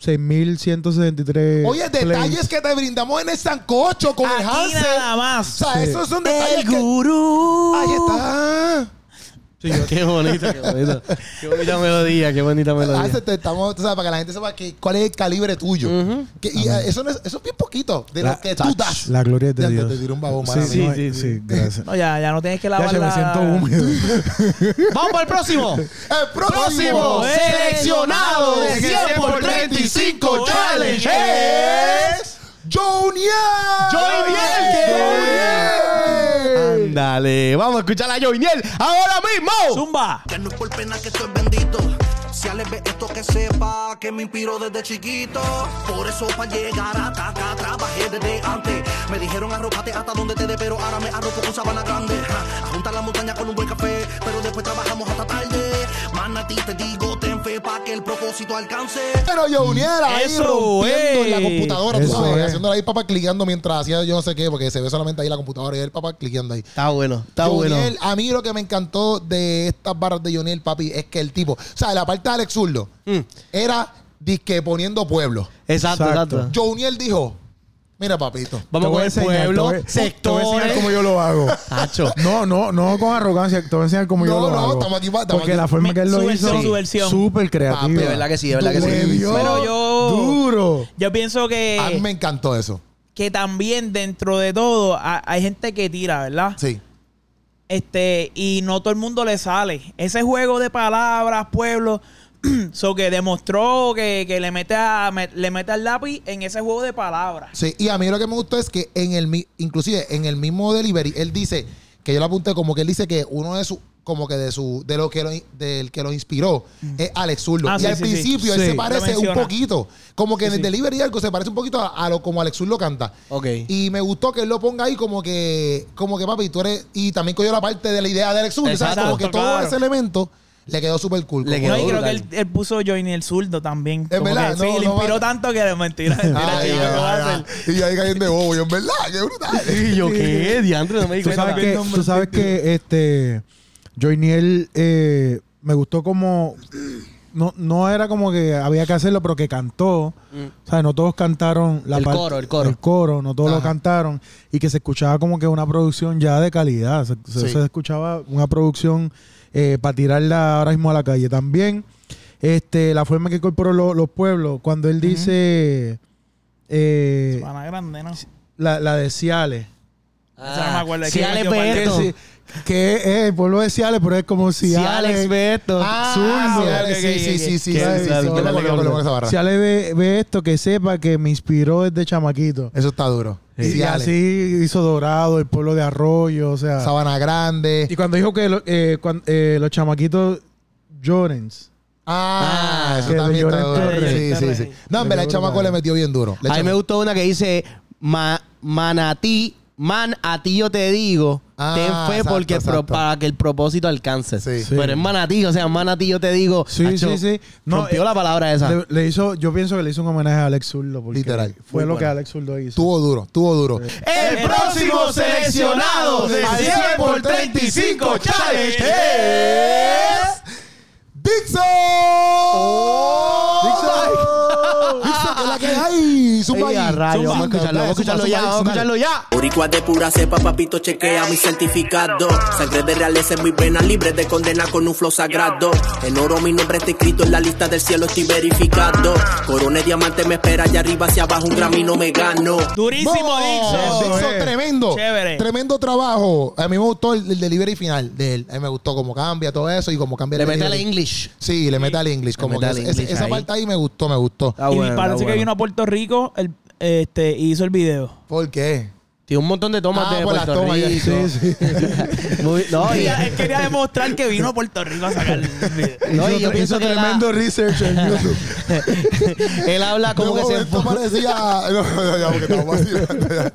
6.163.
Oye,
plays.
detalles que te brindamos en el sancocho con el
Aquí
Hansel.
nada
O
más.
sea,
Sí.
esos son detalles que...
gurú.
Ahí está.
Qué bonito, qué bonito. qué bonita melodía, qué bonita
Ah, ese
melodía.
te estamos, tú sabes, para que la gente sepa que, cuál es el calibre tuyo. Que- y, ah, eso, no es, eso es bien poquito de lo
La-
que tú das.
La gloria es de
Ya, te-
Dios.
te tiré un babón,
sí,
mala
sí,
mía.
sí, sí, gracias.
No, ya, ya no tienes que
Ya
lavar
se me
la-
siento húmedo.
Vamos para el próximo.
El próximo
Próximo,
seleccionado de 100 por 35 challenge es Joniel. Joniel.
Ándale, vamos a escuchar a Joiniel ahora mismo.
Zumba.
Ya no es por pena que estoy bendito. Si Ale ve esto que sepa que me inspiró desde chiquito. Por eso para llegar a Taca trabajé desde antes. Me dijeron arrópate hasta donde te dé, pero ahora me arropo con sabana grande. Ja, a juntar la montaña con un buen café, pero después trabajamos hasta tarde. Manati te digo, ten fe para que el propósito alcance.
Pero Joniel ahí
Eso,
rompiendo en la
ey.
computadora, tú
Eso,
sabes,
eh.
haciendo ahí papá cliqueando mientras hacía yo no sé qué, porque se ve solamente ahí la computadora y el papá cliqueando ahí.
Está bueno, está bueno.
Joniel, a mí lo que me encantó de estas barras de Joniel, papi, es que el tipo, o sea, la parte de Alex Zurdo era disque poniendo pueblo.
Exacto,
Exacto.
exacto.
Joniel dijo, mira papito,
Te
Vamos
voy
con
a
el
enseñar,
pueblo,
te voy- Te voy a enseñar cómo
sectores.
yo lo hago.
Tacho.
No, no, no con arrogancia. Te voy a enseñar cómo
No,
yo lo
no,
hago.
estamos aquí pa- estamos
Porque
aquí.
la forma
Me-
que él lo
su versión, su
hizo,
versión.
súper
Papi,
creativa.
de
verdad que sí, de verdad que sí.
Le dio
Pero yo-
Duro.
Yo pienso
a mí
que,
me encantó eso.
que también dentro de todo ha- hay gente que tira, ¿verdad?
Sí.
Este, y no todo el mundo le sale. Ese juego de palabras, pueblo, so que demostró que, que le mete a, me- le mete al lápiz en ese juego de palabras.
Sí, y a mí lo que me gustó es que en el mi- inclusive en el mismo delivery él dice que yo lo apunté como que él dice que uno de su como que de su de lo que lo, del que lo inspiró es Alex Zurdo
Ah,
y
sí,
al
sí,
principio él
sí.
se
Sí.
Lo
parece un
menciona.
poquito como que en el delivery algo se parece un poquito a, a lo como Alex Zurdo canta
Ok.
y me gustó que él lo ponga ahí como que como que papi tú eres y también cogió la parte de la idea de Alex Zurdo o sea,
Exacto,
como que todo
claro.
ese elemento le quedó súper cool
Le
como-
No,
quedó
y creo que
brutal.
él, él puso Johnny el zurdo también.
Es
Como
verdad,
que sí,
no,
le
no Ah,
inspiró
va-
tanto que mentira, mentira.
Ay,
que no va a
ay,
hacer.
ay. y ahí caen de bobo yo en verdad qué brutal
Y yo, ¿qué? Diandre, no me di
Tú sabes
cuenta.
que, tú sabes que este Joyniel eh, me gustó como no, no era como que había que hacerlo, pero que cantó. O sea, no todos cantaron la
Mm. El
parte-
coro, el coro.
El coro, no todos lo
Ajá.
cantaron. Y que se escuchaba como que una producción ya de calidad. Se, se-
Sí.
se escuchaba una producción para tirarla ahora mismo a la calle. También, este, la forma que incorporó lo- los pueblos, cuando él dice eh,
Sabana grande, ¿no?
la, la de Ciales.
Ah,
Esa no me acuerdo, es
Si
que
Alex
yo partí.
ve
Que,
esto,
sí, que es el pueblo de Ciales, pero es como
si
Ciales.
Alex ve esto,
Ah,
Zurdo.
sí, dale,
Ok, ok,
sí, sí,
ok.
sí, sí,
Que
sí,
la-
sí,
la-
sí,
que
coloca,
la-
coloca, coloca esa barra.
Ciales ve, ve esto, que sepa que me inspiró desde chamaquito.
Eso está duro.
y
Sí, dale.
así hizo Dorado, el pueblo de Arroyo, o sea.
Sabana Grande.
Y cuando dijo que lo- eh, cuan- eh, los chamaquitos Jorens.
Ah,
Ah,
eso
que
también
de
está
Llorente
duro. Sí,
Torres.
sí, sí. No, hombre, la
Llorente
chamaco
Torres.
le metió bien duro. La
pues, a mí
chama-
me gustó una que dice, "Ma- manatí, man, a ti yo te digo,
Ah,
ten fe
exacto,
porque el pro-
exacto.
para que el propósito alcance.
Sí.
Pero es manatí, o sea, manatí yo te digo.
Sí,
acho,
sí, sí. No,
rompió
eh,
la palabra esa.
Le, le hizo, yo pienso que le hizo un homenaje a Alex Zurdo. porque
Literal. Muy
Fue lo
bueno.
que Alex Zurdo hizo.
Tuvo duro, tuvo duro.
El próximo seleccionado de 100 por 35 challenge
es... ¡Dixon! ¡Dixon! ¡Dixon, que es la que hay! ¡Zumba
Ey, a
ahí!
rayos,
Zumba.
vamos a escucharlo, vamos a
Zumba,
escucharlo
zumba,
ya,
zumba,
vamos a
zumba.
escucharlo ya.
Boricua de pura cepa, papito, chequea mi certificado. Sangre de realeza es mi vena, libre de condena con un flow sagrado. En oro mi nombre está escrito, en la lista del cielo estoy verificado. Corona y diamante me espera, allá arriba hacia abajo un gramino me gano.
Durísimo,
¡Vamos!
Dixon.
Dixon,
eh.
tremendo.
Chévere.
Tremendo trabajo. A mí me gustó el, el delivery final de él. A mí me gustó cómo cambia todo eso y cómo cambia
Le
el
mete al
delivery.
English.
Sí, le mete al English. Como
mete
que
al
es- es-
English
esa
ahí. Ah.
parte ahí me gustó, me gustó.
Está
Y
bueno, está
parece que
bueno.
vino a Puerto Rico el, este, y hizo el video.
¿Por qué?
Tiene un montón de tomas
Ah,
de
pues
por las
Puerto
tomas, ya.
Rico.
Sí,
Muy- no, y,
Quería- él quería demostrar que vino a Puerto Rico a sacar el video.
no, y
Hizo-
yo pienso
hizo
que él,
tremendo research en YouTube.
él habla como
De
que se
momento
enfo-
parecía... No, no, ya, porque estamos vacilando, ya.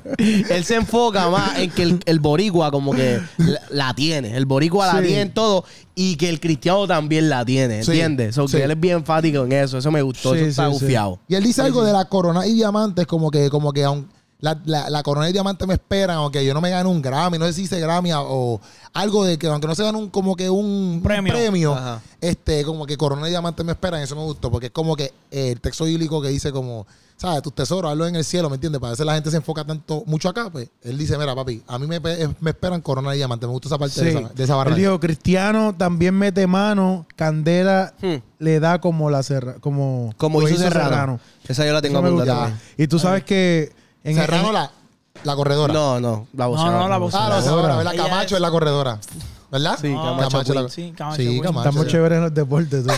él se enfoca más en que el, el boricua como que la, la tiene. El boricua la
Sí.
tiene en todo y que el cristiano también la tiene,
Sí,
¿entiendes? So,
sí.
que él es bien enfático en eso. Eso me gustó,
Sí,
eso está
sí, sí.
gufiado.
Y él dice algo de la corona y diamantes, como que, como que aun- La, la, la corona de diamante me esperan, aunque yo no me gane un Grammy, no sé si hice Grammy a- o algo de que aunque no se gane un como que un
Premio.
un premio,
Ajá.
este, como que corona de diamante me esperan, eso me gustó, porque es como que eh, el texto bíblico que dice como, sabes, tus tesoros, hazlo en el cielo, ¿me entiendes? Para veces la gente se enfoca tanto mucho acá, pues él dice, mira, papi, a mí me, pe- eh, me esperan corona de diamante, me gusta esa parte de
Sí.
esa, de esa barra.
Él dijo, Cristiano también mete mano, Candela
Hmm.
le da como la serra, como,
Como hizo Serrano. Esa yo la tengo
Eso me
apuntada
gusta.
también.
Y tú sabes que en
Serrano
en-
la, la corredora.
No, no, la voz.
No, no, la voz.
Ah, no, se
Corredora.
va la
Ella
Camacho
es-
es la corredora. ¿Verdad?
Sí, Camacho
es la-
Queen.
Sí, Camacho
Sí,
Queen.
Camacho.
estamos chéveres en los deportes. tú.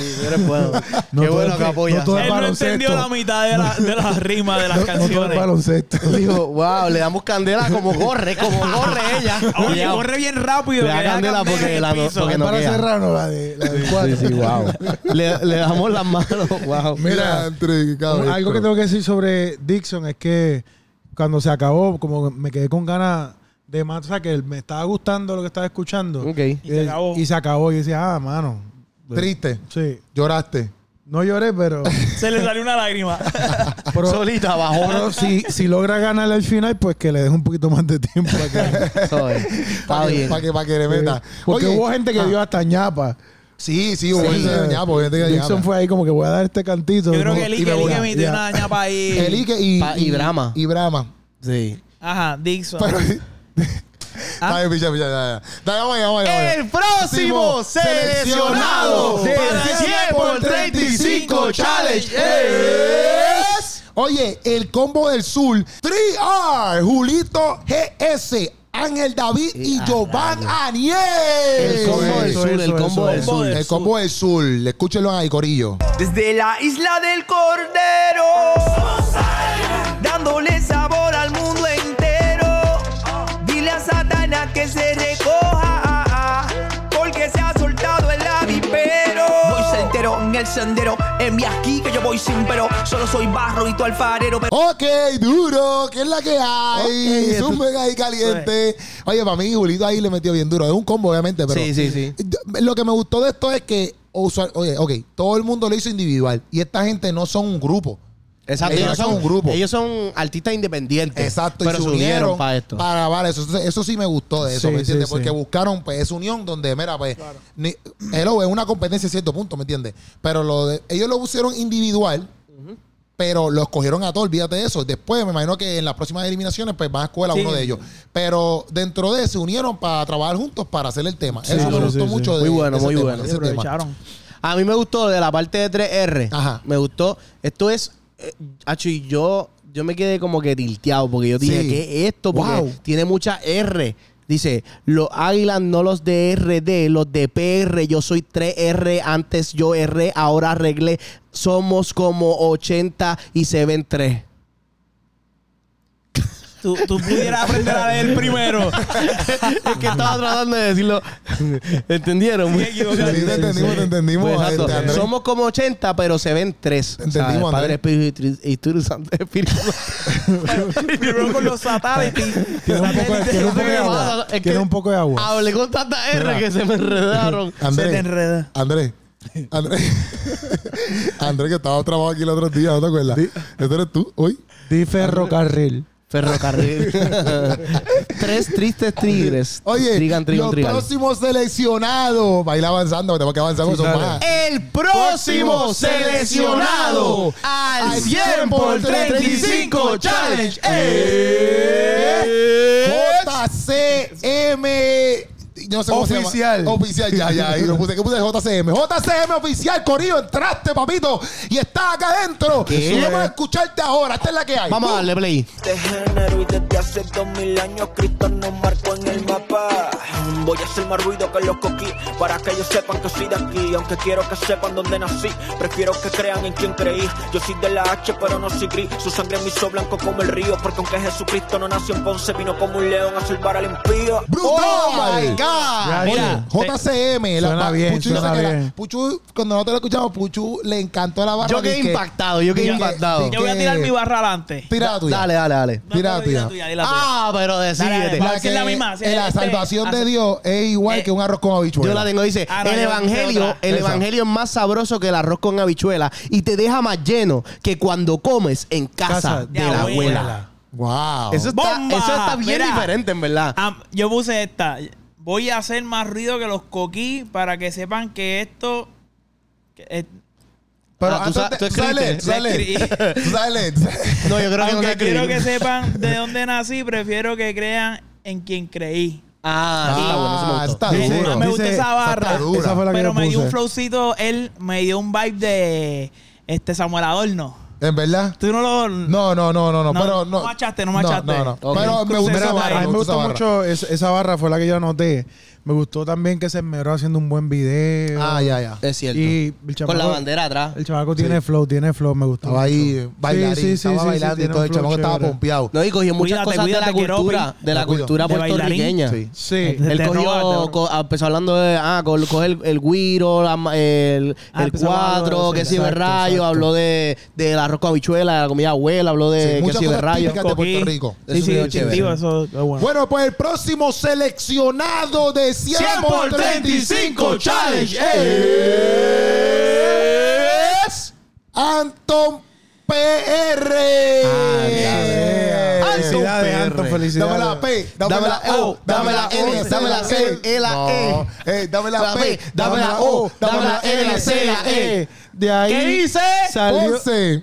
No
Qué
todo
bueno
es-
que apoya.
no todo es
Él no
baloncesto.
entendió la mitad de la, de la rima de las
No- no todo es
canciones.
baloncesto.
Dijo, wow, le damos candela como corre, como corre ella.
Oye,
Cuidado.
corre bien rápido.
Le da
que deja
candela
cambiar
porque
el
la no-
piso.
porque
Es
no
para
queda.
Serrano la de, la del cuadro.
Sí, sí, wow. Le, le damos las manos, wow.
Mira, entre
Un-
cabrón.
Algo que tengo que decir sobre Dixon es que cuando se acabó, como me quedé con ganas de más, o sea, que me estaba gustando lo que estaba escuchando.
Ok.
Y se
Eh,
acabó.
Y se acabó. Y decía, ah, mano.
Triste.
Sí.
Lloraste.
No lloré, pero,
Se le salió una lágrima.
pero-
Solita bajó.
pero si, si logra ganar al final, pues que le deje un poquito más de tiempo. a que-
Soy. Está
Para que,
bien.
pa' que, pa' que le meta.
Porque
Oye,
hubo gente que
ah,
dio hasta ñapa.
Sí, sí, hubo gente que dio ñapo, gente que dio
Dixon
ñapa.
fue ahí como que voy a dar este cantito.
Yo creo
¿no?
que el
Y
Ike,
me
el
voy.
Ike me dio
Ya.
una ñapa ahí.
El Ike y,
Pa- y Brahma.
Y Brahma.
Sí.
Ajá, Dixon.
Pero.
Ah.
Ay, picha, picha, ya, ya. Dale, vamos allá, vamos allá, vamos allá.
El próximo seleccionado del
Para el
100 por 35 challenge es...
Oye, el combo del sur, 3R, Julito GS, Ángel David y
a
Giovanni
rayos.
Aniel.
El combo del
Eso,
sur, el
eso,
combo
eso,
del
eso.
sur.
El combo del sur, escúchenlo ahí, Corillo.
Desde la isla del Cordero, dándole sabor al mundo entero. Dile a Satanás que se recoja, porque se ha soltado el avipero. Voy sendero en el sendero, envía aquí que yo voy sin pero. Solo soy barro y tu alfarero, pero.
Ok, duro, que es la que hay.
Ok,
Es un mega ahí caliente. Oye, para mí, Julito ahí le metió bien duro. Es un combo, obviamente, pero.
Sí, sí, sí.
Lo que me gustó de esto es que, usual- oye, ok, todo el mundo lo hizo individual. Y esta gente no son un grupo.
Exacto,
Ellos
ellos son
son un grupo.
Ellos son artistas independientes.
Exacto,
pero
y se
unieron
unieron
para esto.
Para grabar eso. Entonces, eso sí me gustó de eso,
Sí,
¿me entiendes?
sí,
Porque
sí.
buscaron pues, esa unión donde, mira, pues, ni- hello, es una competencia a cierto punto, ¿me entiendes? Pero lo de, ellos lo pusieron individual, pero los cogieron a todos, olvídate de eso. Después, me imagino que en las próximas eliminaciones, pues van a escoger a
Sí.
uno de ellos. Pero dentro de se unieron para trabajar juntos para hacer el tema.
Sí,
eso
sí,
me gustó
sí, sí.
mucho de
Muy bueno,
de ese
muy
tema,
bueno.
de
Se
ese tema.
aprovecharon.
A mí me gustó de la parte de 3R.
Ajá.
Me gustó. Esto es. eh, Hacho, y yo, yo me quedé como que tilteado porque yo dije,
Sí.
¿qué es esto? Porque
Wow.
tiene mucha R. Dice, los águilas no los de RD, los de PR. Yo soy 3R, antes yo R, ahora arreglé. Somos como 80 y se ven 3.
Tú, tú pudieras aprender a leer primero.
es que estaba tratando de decirlo. ¿Entendieron?
Sí,
Sí,
equivocado.
te entendimos, te entendimos.
Pues, exacto.
este, Andrés.
Somos como 80, pero se ven 3.
Entendimos,
Padre,
Andrés.
Espíritu y Tri- y Espíritu Santo. Espíritu
Primero con los satélites.
Tiene un poco de- tiene un poco de
Es
agua.
que-
Tiene un poco de agua.
Hablé con tanta R que se me enredaron.
Andrés,
Se te enreda.
Andrés. Andrés. Andrés, que estaba trabado aquí el otro día, ¿no te acuerdas? ¿Este eres tú hoy?
Di ferrocarril.
Ferrocarril. Tres tristes tigres.
Oye,
trigan, trigan,
los
trigan.
próximos seleccionados. Baila avanzando, tenemos que avanzar con
Sí,
eso
dale.
más.
El próximo seleccionado al 100 por 35 challenge
eh,
es
JCM. Yo no sé cómo se llama.
Oficial.
Oficial, ya, ya. ahí lo puse. ¿Qué puse? JCM. JCM oficial, Corillo, entraste, papito. Y está acá adentro.
¿Qué?
Y vamos a escucharte ahora. Esta es la que hay.
Vamos a darle play.
este género y desde hace dos mil años Cristo nos marcó en el mapa. Voy a hacer más ruido que los coquí para que ellos sepan que soy de aquí. Aunque quiero que sepan dónde nací, prefiero que crean en quien creí. Yo soy de la H, pero no soy gris. Su sangre me hizo blanco como el río, porque aunque Jesucristo no nació en Ponce, vino como un león a salvar al impío.
¡Brutal!
God.
Mira,
JCM, la-
Suena
pa-
bien,
Puchu, yo sé
suena
que la-
bien.
Puchu, cuando nosotros lo escuchamos, Puchu le encantó la barra.
Yo quedé
disque.
impactado, yo quedé
disque-
impactado.
disque-
Yo voy a tirar mi barra adelante.
Tira la tuya.
Dale, dale, dale.
No,
Tira
no,
la
di la
tuya.
tuya, di la tuya.
Ah, pero
Dale,
decídete.
dale, va. es la misma, sí,
en la
este,
salvación de
hace-
Dios es igual
Eh,
que un arroz con habichuelas.
Yo la tengo, dice,
Ah, no,
el
yo tengo
evangelio,
otra.
el
Esa.
evangelio es más sabroso que el arroz con habichuela y te deja más lleno que cuando comes en casa, de la abuela.
Wow.
Eso está,
¡Bomba!
eso está bien
Mira.
diferente, en verdad.
Ah, yo puse esta. Voy a hacer más ruido que los coquí para que sepan que esto. que, eh,
Pero
Ah, tú sa-
antes
tú
de- tú sabes leer, tú sabes
escribiste.
leer, tú sabes leer, tú sabes-
No, yo creo que no
aunque
te
quiero que
escribí.
sepan de dónde nací, prefiero que crean en quien creí.
Ah, está bueno, eso me
Ah,
gustó.
está
Me-
duro.
me gusta
Dice,
esa barra.
está duro.
Esa fue la que
Pero
yo
me dio un
puse.
flowcito, él me dio un vibe de este Samuel Adorno.
¿En verdad?
Tú no lo.
No, no, no, no, no,
No,
pero
no
no.
machaste, no machaste.
No, no,
Ok.
Pero me gusta
Crucé
esa
esa
barra.
A mí me gustó
esa barra.
mucho es- esa barra, fue la que yo anoté. Me gustó también que se esmeró haciendo un buen video.
Ah, ya, ya.
Es cierto.
Y el chamaco-
Con la bandera atrás.
El chamaco tiene flow, tiene flow, me gustó.
Estaba ahí eh, bailarín,
Sí, sí, sí,
estaba
sí, sí,
bailando y
tiene
todo. El
un flow
chamaco estaba
chévere.
pompeado.
No, y cogió muchas
Cuídate,
cosas de
cuídate,
la
que
cultura,
Robin-
de la
Te cuido.
cultura
De
puertorriqueña.
Sí.
Sí.
Te-
Él
te robas,
cogió,
te
co- ah, empezó hablando de, ah, co- coge el, el guiro, la ma- el,
Ah,
el
empezó
cuatro,
hablando de
que
eso,
si
exacto,
rayo,
exacto.
habló de, del arroz con habichuela, de la comida abuela, habló
Sí,
de que
muchas
si
cosas
rayo.
típicas de Puerto
Coquí.
Rico.
Sí,
Eso
sí,
me dio
distintivo,
chévere.
eso es bueno.
Bueno, pues el próximo seleccionado de 100 por 35 Challenge es Anton PR. Ah,
Eh, Felicidades,
Anton
Anton,
PR.
felicidades.
Dame la P, dame la O, dame la N, dame la C,
E, la E.
No, eh, dame la P, dame la O, dame la N, C, la E.
De ahí
¿Qué dice?
Salió,
Once.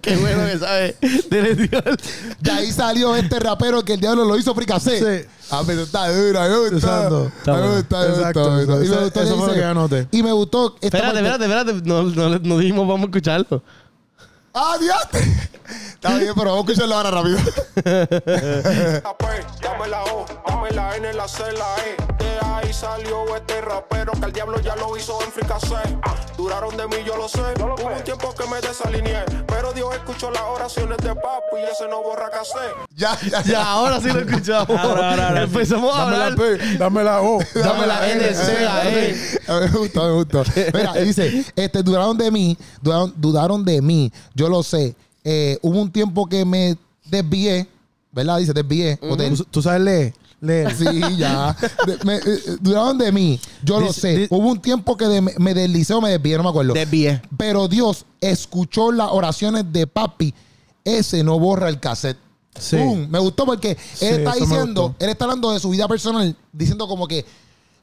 Qué bueno que sabe. Del-
De ahí salió este rapero que el diablo lo hizo fricacé.
Sí.
A mí está duro, me gusta. Ah,
Exacto. Está
Me
bueno.
gusta, me gusta,
Exacto,
me gusta. Y me
eso-
gustó
eso fue lo
dice-
que anoté.
Y me gustó este esta
Espérate,
parte.
espérate, espérate. No, no, no dijimos vamos a escucharlo.
¡Ah, Dios! Está bien, pero vamos a escucharlo ahora rápido.
la P, dame la O, dame la N, la C, la E. De ahí salió este rapero que el diablo ya lo hizo en fricasé. Ah, duraron de mí, yo lo sé. Hubo un tiempo que me desalineé, pero Dios escuchó las oraciones de papu y ese no borra casé.
Ya, ya,
Ya,
ya.
ahora sí lo escuchamos.
Ahora, ahora, ahora.
Empezamos a
Dame la
hablar.
P, dame la O.
Dame la N, C, la E.
A mí Ah, me gustó, me gustó. Mira, dice, este, dudaron de mí, dudaron, dudaron de mí, yo lo sé. Eh, hubo un tiempo que me desvié, ¿verdad? Dice, desvié. o te-
¿Tú, tú sabes leer. Leer.
Sí, ya. De- me- eh, dudaron de mí, yo lo
Dice-
sé.
di-
hubo un tiempo que de- me deslicé o me desvié, no me acuerdo.
Desvié.
Pero Dios escuchó las oraciones de papi. Ese no borra el cassette.
Sí.
Pum. Me gustó porque él
Sí,
está
eso me
diciendo,
gustó.
él está hablando de su vida personal, diciendo como que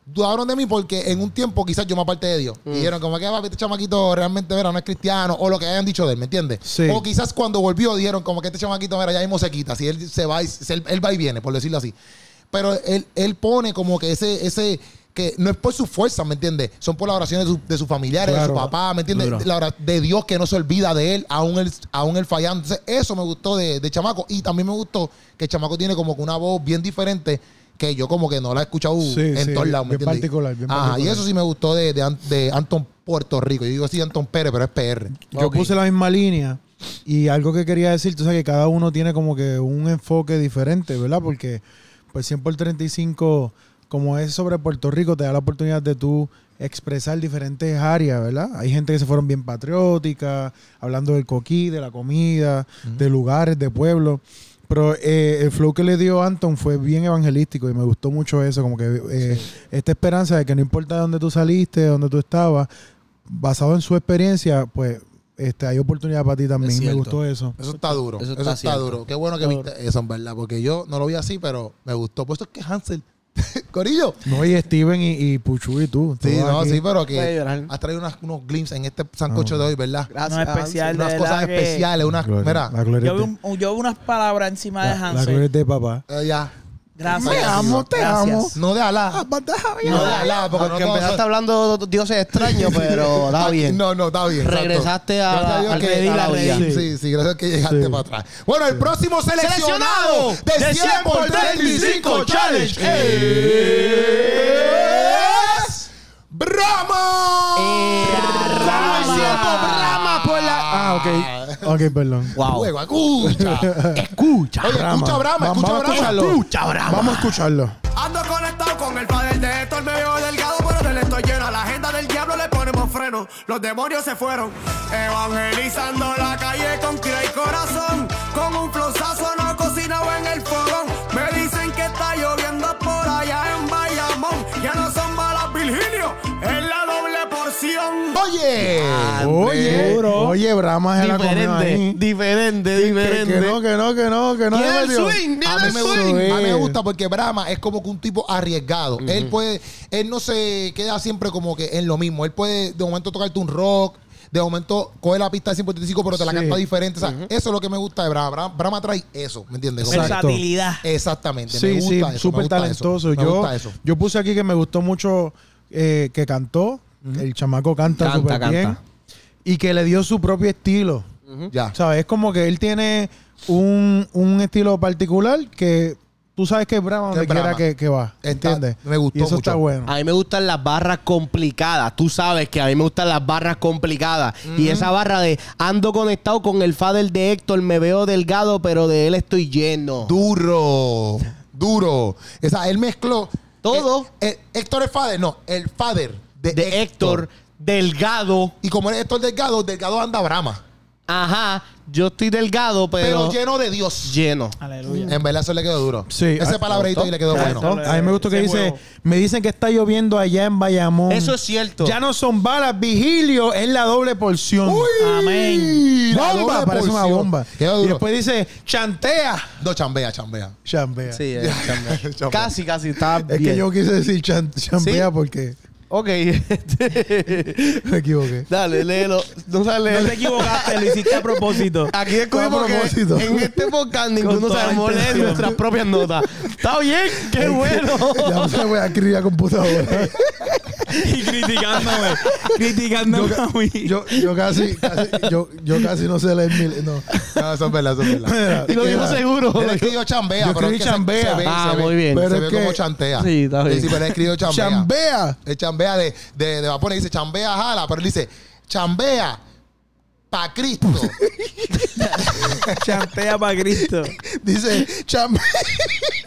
dudaron de mí porque en un tiempo quizás yo me aparté de
Mm.
Dios. Y dijeron como que papi, este chamaquito realmente mira, no es cristiano o lo que hayan dicho de él, ¿me entiendes?
Sí.
O quizás cuando volvió dijeron como que este chamaquito mira, ya mismo se quita, si él se va, y- se- él, él va y viene, por decirlo así. Pero él, él pone como que ese, ese, que no es por su fuerza, ¿me entiendes? Son por las oraciones de, su- de sus familiares, de
Claro.
su papá, ¿me entiendes?
Duro.
La hora de Dios que no se olvida de él, aún él, aún él fallando. Entonces, eso me gustó de, de Chamaco. Y también me gustó que Chamaco tiene como que una voz bien diferente que yo como que no la he escuchado
Sí,
en
sí,
todos lados, ¿me
bien
entiendes?
particular, bien
Ajá, y
particular.
eso sí me gustó de, de, An- de Anton Puerto Rico. Yo digo así Anton Pérez, pero es PR.
Yo
Ok.
puse la misma línea y algo que quería decir, tú sabes que cada uno tiene como que un enfoque diferente, ¿verdad? Porque pues 100 por 35, como es sobre Puerto Rico, te da la oportunidad de tú expresar diferentes áreas, ¿verdad? Hay gente que se fueron bien patriótica, hablando del coquí, de la comida, de lugares, de pueblos. Pero eh, el flow que le dio Anton fue bien evangelístico y me gustó mucho eso, como que eh, esta esperanza de que no importa de dónde tú saliste, de dónde tú estabas, basado en su experiencia, pues este, hay oportunidad para ti
Es
también. Me
cierto.
gustó eso.
Eso está duro. Eso
Eso
está,
está
duro. Qué bueno que viste eso, en verdad, porque yo no lo vi así, pero me gustó. Por eso es que Hansel. Corillo.
No, y Steven y, y Puchu y tú.
Sí,
todos
no,
aquí.
sí, pero
Voy a
que
llorar.
has traído unas- unos glimpses en este sancocho de hoy, ¿verdad?
No es especial,
unas
de
cosas
verdad que-
especiales, unas.
Gloria, Ah,
Mira,
la gloria
Yo
es
vi,
de-
un- yo vi unas palabras encima de
la- la gloria
Hansel.
es de papá.
eh, ya.
Gracias.
Me amo, te
Gracias.
amo. No de Alá. No de Alá, porque no todos
Aunque empezaste
son-
hablando de dioses extraños, pero está bien.
No, no, está bien. exacto.
Regresaste a-
Gracias Dios
al
que-
redil,
a la
al
orilla.
redil.
Sí, sí, gracias que llegaste
Sí.
para atrás. Bueno, el próximo seleccionado de 100 por 35 Challenge es... ¡Brahma!
Brahma.
Como el ciervo Brahma por la...
Ah, ok. Ok, perdón.
Wow.
Juego, escucha.
Escucha,
Oye, escucha Brahma, escucha
Vamos- vamos a
Brahma.
escucharlo.
Escucha
Vamos a escucharlo.
Ando conectado con el padre de Héctor, me veo delgado, pero del estoy lleno. A la agenda del diablo le ponemos freno, los demonios se fueron. Evangelizando la calle con tira y corazón, con un flosazo no cocinado en el fogón. Me dicen que está lloviendo por allá en Bayamón, ya no son malas Virgilio, es la doble porción.
Oye, Oye.
Oye,
Duro.
oye, Brahma se la comió ahí.
Diferente, diferente,
Que,
diferente.
que no, que no, que no, que no.
Tiene el
devolvió.
swing, tiene
A mí,
el
me
swing.
gusta, a mí me gusta porque Brahma es como que un tipo arriesgado. Él puede, él no se queda siempre como que en lo mismo. Él puede de momento tocarte un rock, de momento coge la pista de 145, pero te la
Sí.
canta diferente. O sea, Eso es lo que me gusta de Brahma. Brahma, Brahma trae eso, ¿me entiendes? Como-
Exacto.
Versatilidad.
Exactamente. me
Sí,
gusta
sí,
eso, me
súper
gusta
talentoso.
eso, me
yo,
gusta eso.
yo puse aquí que me gustó mucho eh, que cantó. El chamaco canta
Canta,
súper
canta.
bien. Y que le dio su propio estilo.
Ya.
¿Sabes? Es como que él tiene un, un estilo particular que tú sabes que es bravo donde
Es brava.
quiera que, que va.
Está-
¿Entiendes?
me gustó
Y eso
mucho.
está
Ah,
bueno.
A mí me gustan las barras complicadas. Tú sabes que a mí me gustan las barras complicadas. Y esa barra de ando conectado con el father de Héctor, me veo delgado, pero de él estoy lleno.
Duro. Duro. O sea, él mezcló.
Todo.
Eh, eh, Héctor es father. No, el father de,
de Héctor, delgado.
Y como es Héctor Delgado, Delgado anda Brahma.
Ajá, yo estoy delgado, pero,
Pero, lleno de Dios.
lleno.
Aleluya.
En verdad, eso le quedó duro.
Sí.
Ese
Ah,
palabrito y le quedó
Exacto.
bueno.
A mí me gustó que
Ese
dice,
huevo.
me dicen que está lloviendo allá en Bayamón.
Eso es cierto.
Ya no son balas, vigilio, es la doble porción.
Amén.
Y la
Bomba,
doble
parece una
porción.
bomba.
Quedó
Y
duro.
después dice, chantea.
No, chambea, chambea.
Chambea.
Sí, es chambea.
Chambea.
casi, casi está
Es
bien.
que yo quise decir chan- chambea porque
Ok. este,
me equivoqué.
Dale, léelo. No sabes
No
leer.
te equivocaste, lo hiciste a propósito.
Aquí descubrimos
Fue a
que
propósito.
en este podcast ninguno
toda
sabemos
la
leer
intención.
nuestras propias notas. Está bien, qué bueno.
Ya me voy a escribir a computadora.
Y criticándome. criticándome a mí.
Yo, yo casi, casi- yo, yo casi no sé leer mil. No.
No, eso es verdad, eso es verdad.
Y lo digo seguro.
Él escribió chambea,
Yo
pero
escribí
es que se-
chambea.
Se, ve,
Ah,
se ve,
muy bien.
se
Pero
ve
es que-
como chantea.
Sí, está bien.
Sí, pero él escribió chambea.
Chambea.
El chambea de, de, de Vapor dice chambea jala, pero él dice chambea pa Cristo.
Chantea para Cristo.
Dice, chambea.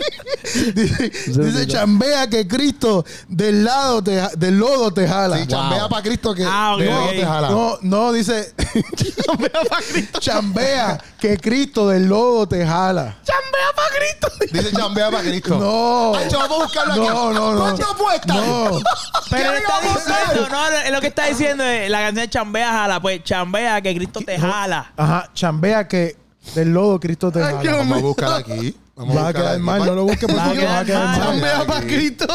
dice, dice, chambea que Cristo del lado te ja- del lodo te jala.
Sí, chambea pa Cristo que
Ah, ok,
de lodo
ok.
te jala.
No, no, dice. chambea que Cristo del lodo te jala.
Dice chambea pa Cristo.
No.
Ay, yo, vamos a buscarlo aquí.
No, no, no.
¿Cuánto apuesta?
No.
Pero
¿Qué
él está
le vamos a hacer?
diciendo, no, no, lo que está diciendo es la canción de chambea jala, pues chambea que Cristo te jala.
Ajá, chambea que del lodo Cristo te jala.
Vamos a buscar aquí. Vamos
Va a
buscar
quedar
aquí.
mal, no lo busques
Va a
porque va a
quedar
quedar
mal.
mal.
Chambea
Chambea
pa'
para Cristo.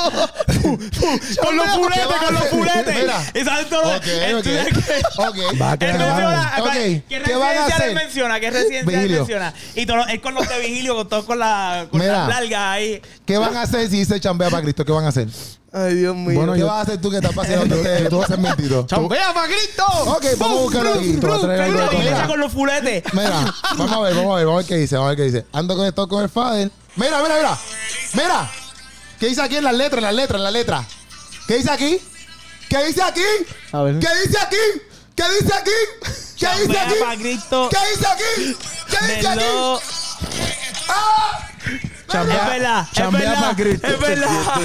Con los
¿Qué va
fuletes,
a
con los
hacer?
fuletes.
Mira.
Exacto.
Ok,
él-
ok.
Va a
Ok.
Él
quedar
menciona,
mal.
¿cuál-
Ok,
¿qué
¿qué van a
residencia le
hacer?
menciona? ¿Qué residencia le
Vigilio.
menciona? Y todo, él con los de vigilio, con todos con la con
Mira.
las largas ahí.
¿Qué van a hacer si dice chambea para Cristo? ¿Qué van a hacer?
Ay, Dios mío.
Bueno, ¿Qué vas a hacer tú que estás paseando? Ustedes Tú vas a ser mentido.
¡Chambea para Cristo!
Ok, vamos a buscarlo aquí.
Te va a traer algo
Pero
de
él
mira.
echa
comer.
con los fuletes.
Mira, vamos a ver, vamos a ver, vamos a ver qué dice, vamos a ver qué dice. Ando conectado con el Fader. Mira, mira, mira. Mira. ¿Qué dice aquí en las letras, en las letras, en las letras? ¿Qué dice aquí? ¿Qué dice aquí?
A ver.
¿Qué dice aquí? ¿Qué dice aquí? ¿Qué dice
Chambea
aquí?
pa' Cristo.
¿Qué dice aquí? ¿Qué dice aquí?
Melo.
¡Ah!
Es verdad, es verdad, es verdad.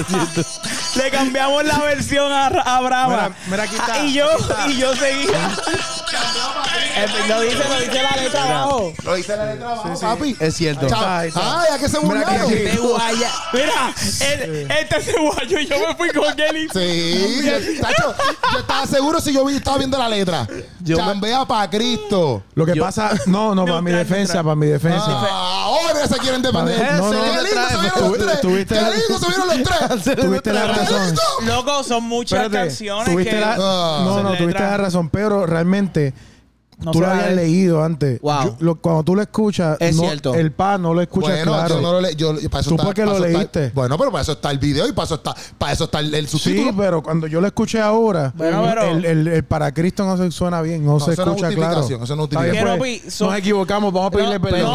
Le cambiamos la versión a, a Brava.
Mira, mira, aquí está,
Ah, Y yo, y yo seguía. Es- Eh, Lo dice, lo dice la letra abajo.
Lo dice la letra abajo, papi.
Es cierto.
Chao.
ahí está.
Ay, ¿a qué se
Mira que
burlaron?
Te guaya. Mira, el- este se guayó y yo me fui con él. y-
Sí, yo, tacho, yo estaba seguro si yo vi- estaba viendo la letra. Chambea para Cristo.
Lo que pasa, no, no, para mi
Neutral,
defensa, para mi defensa.
Ah, Ahora se quieren defender.
Para ver, no, no.
Qué lindo se vieron los tres.
Tuviste-
Qué lindo se vieron los tres.
Tuviste la
Qué
razón.
lindo.
Loco, son muchas canciones
tuviste
que
la-
Ah.
no, no,
Letra.
tuviste la razón, pero realmente
No
tú
se
lo
va a
habías
ver.
leído antes.
Wow.
Yo- lo- cuando tú lo escuchas,
Es
no-
cierto.
el pa no lo escuchas
Bueno,
claro.
yo no lo leí. Yo, para eso
Tú
está-
porque
para
lo
eso está-
leíste.
bueno, pero para eso está el video y para eso está, para eso está el, el
sí,
subtítulo.
pero cuando yo lo escuché ahora,
Bueno, pero-
el, el- el para Cristo no se suena bien, no, se
eso no es
escucha claro.
justificación, eso no es
Está bien,
justificación.
pues,
Quiero pi- son-
nos equivocamos, vamos a pedirle
No,
perdón.
no, no,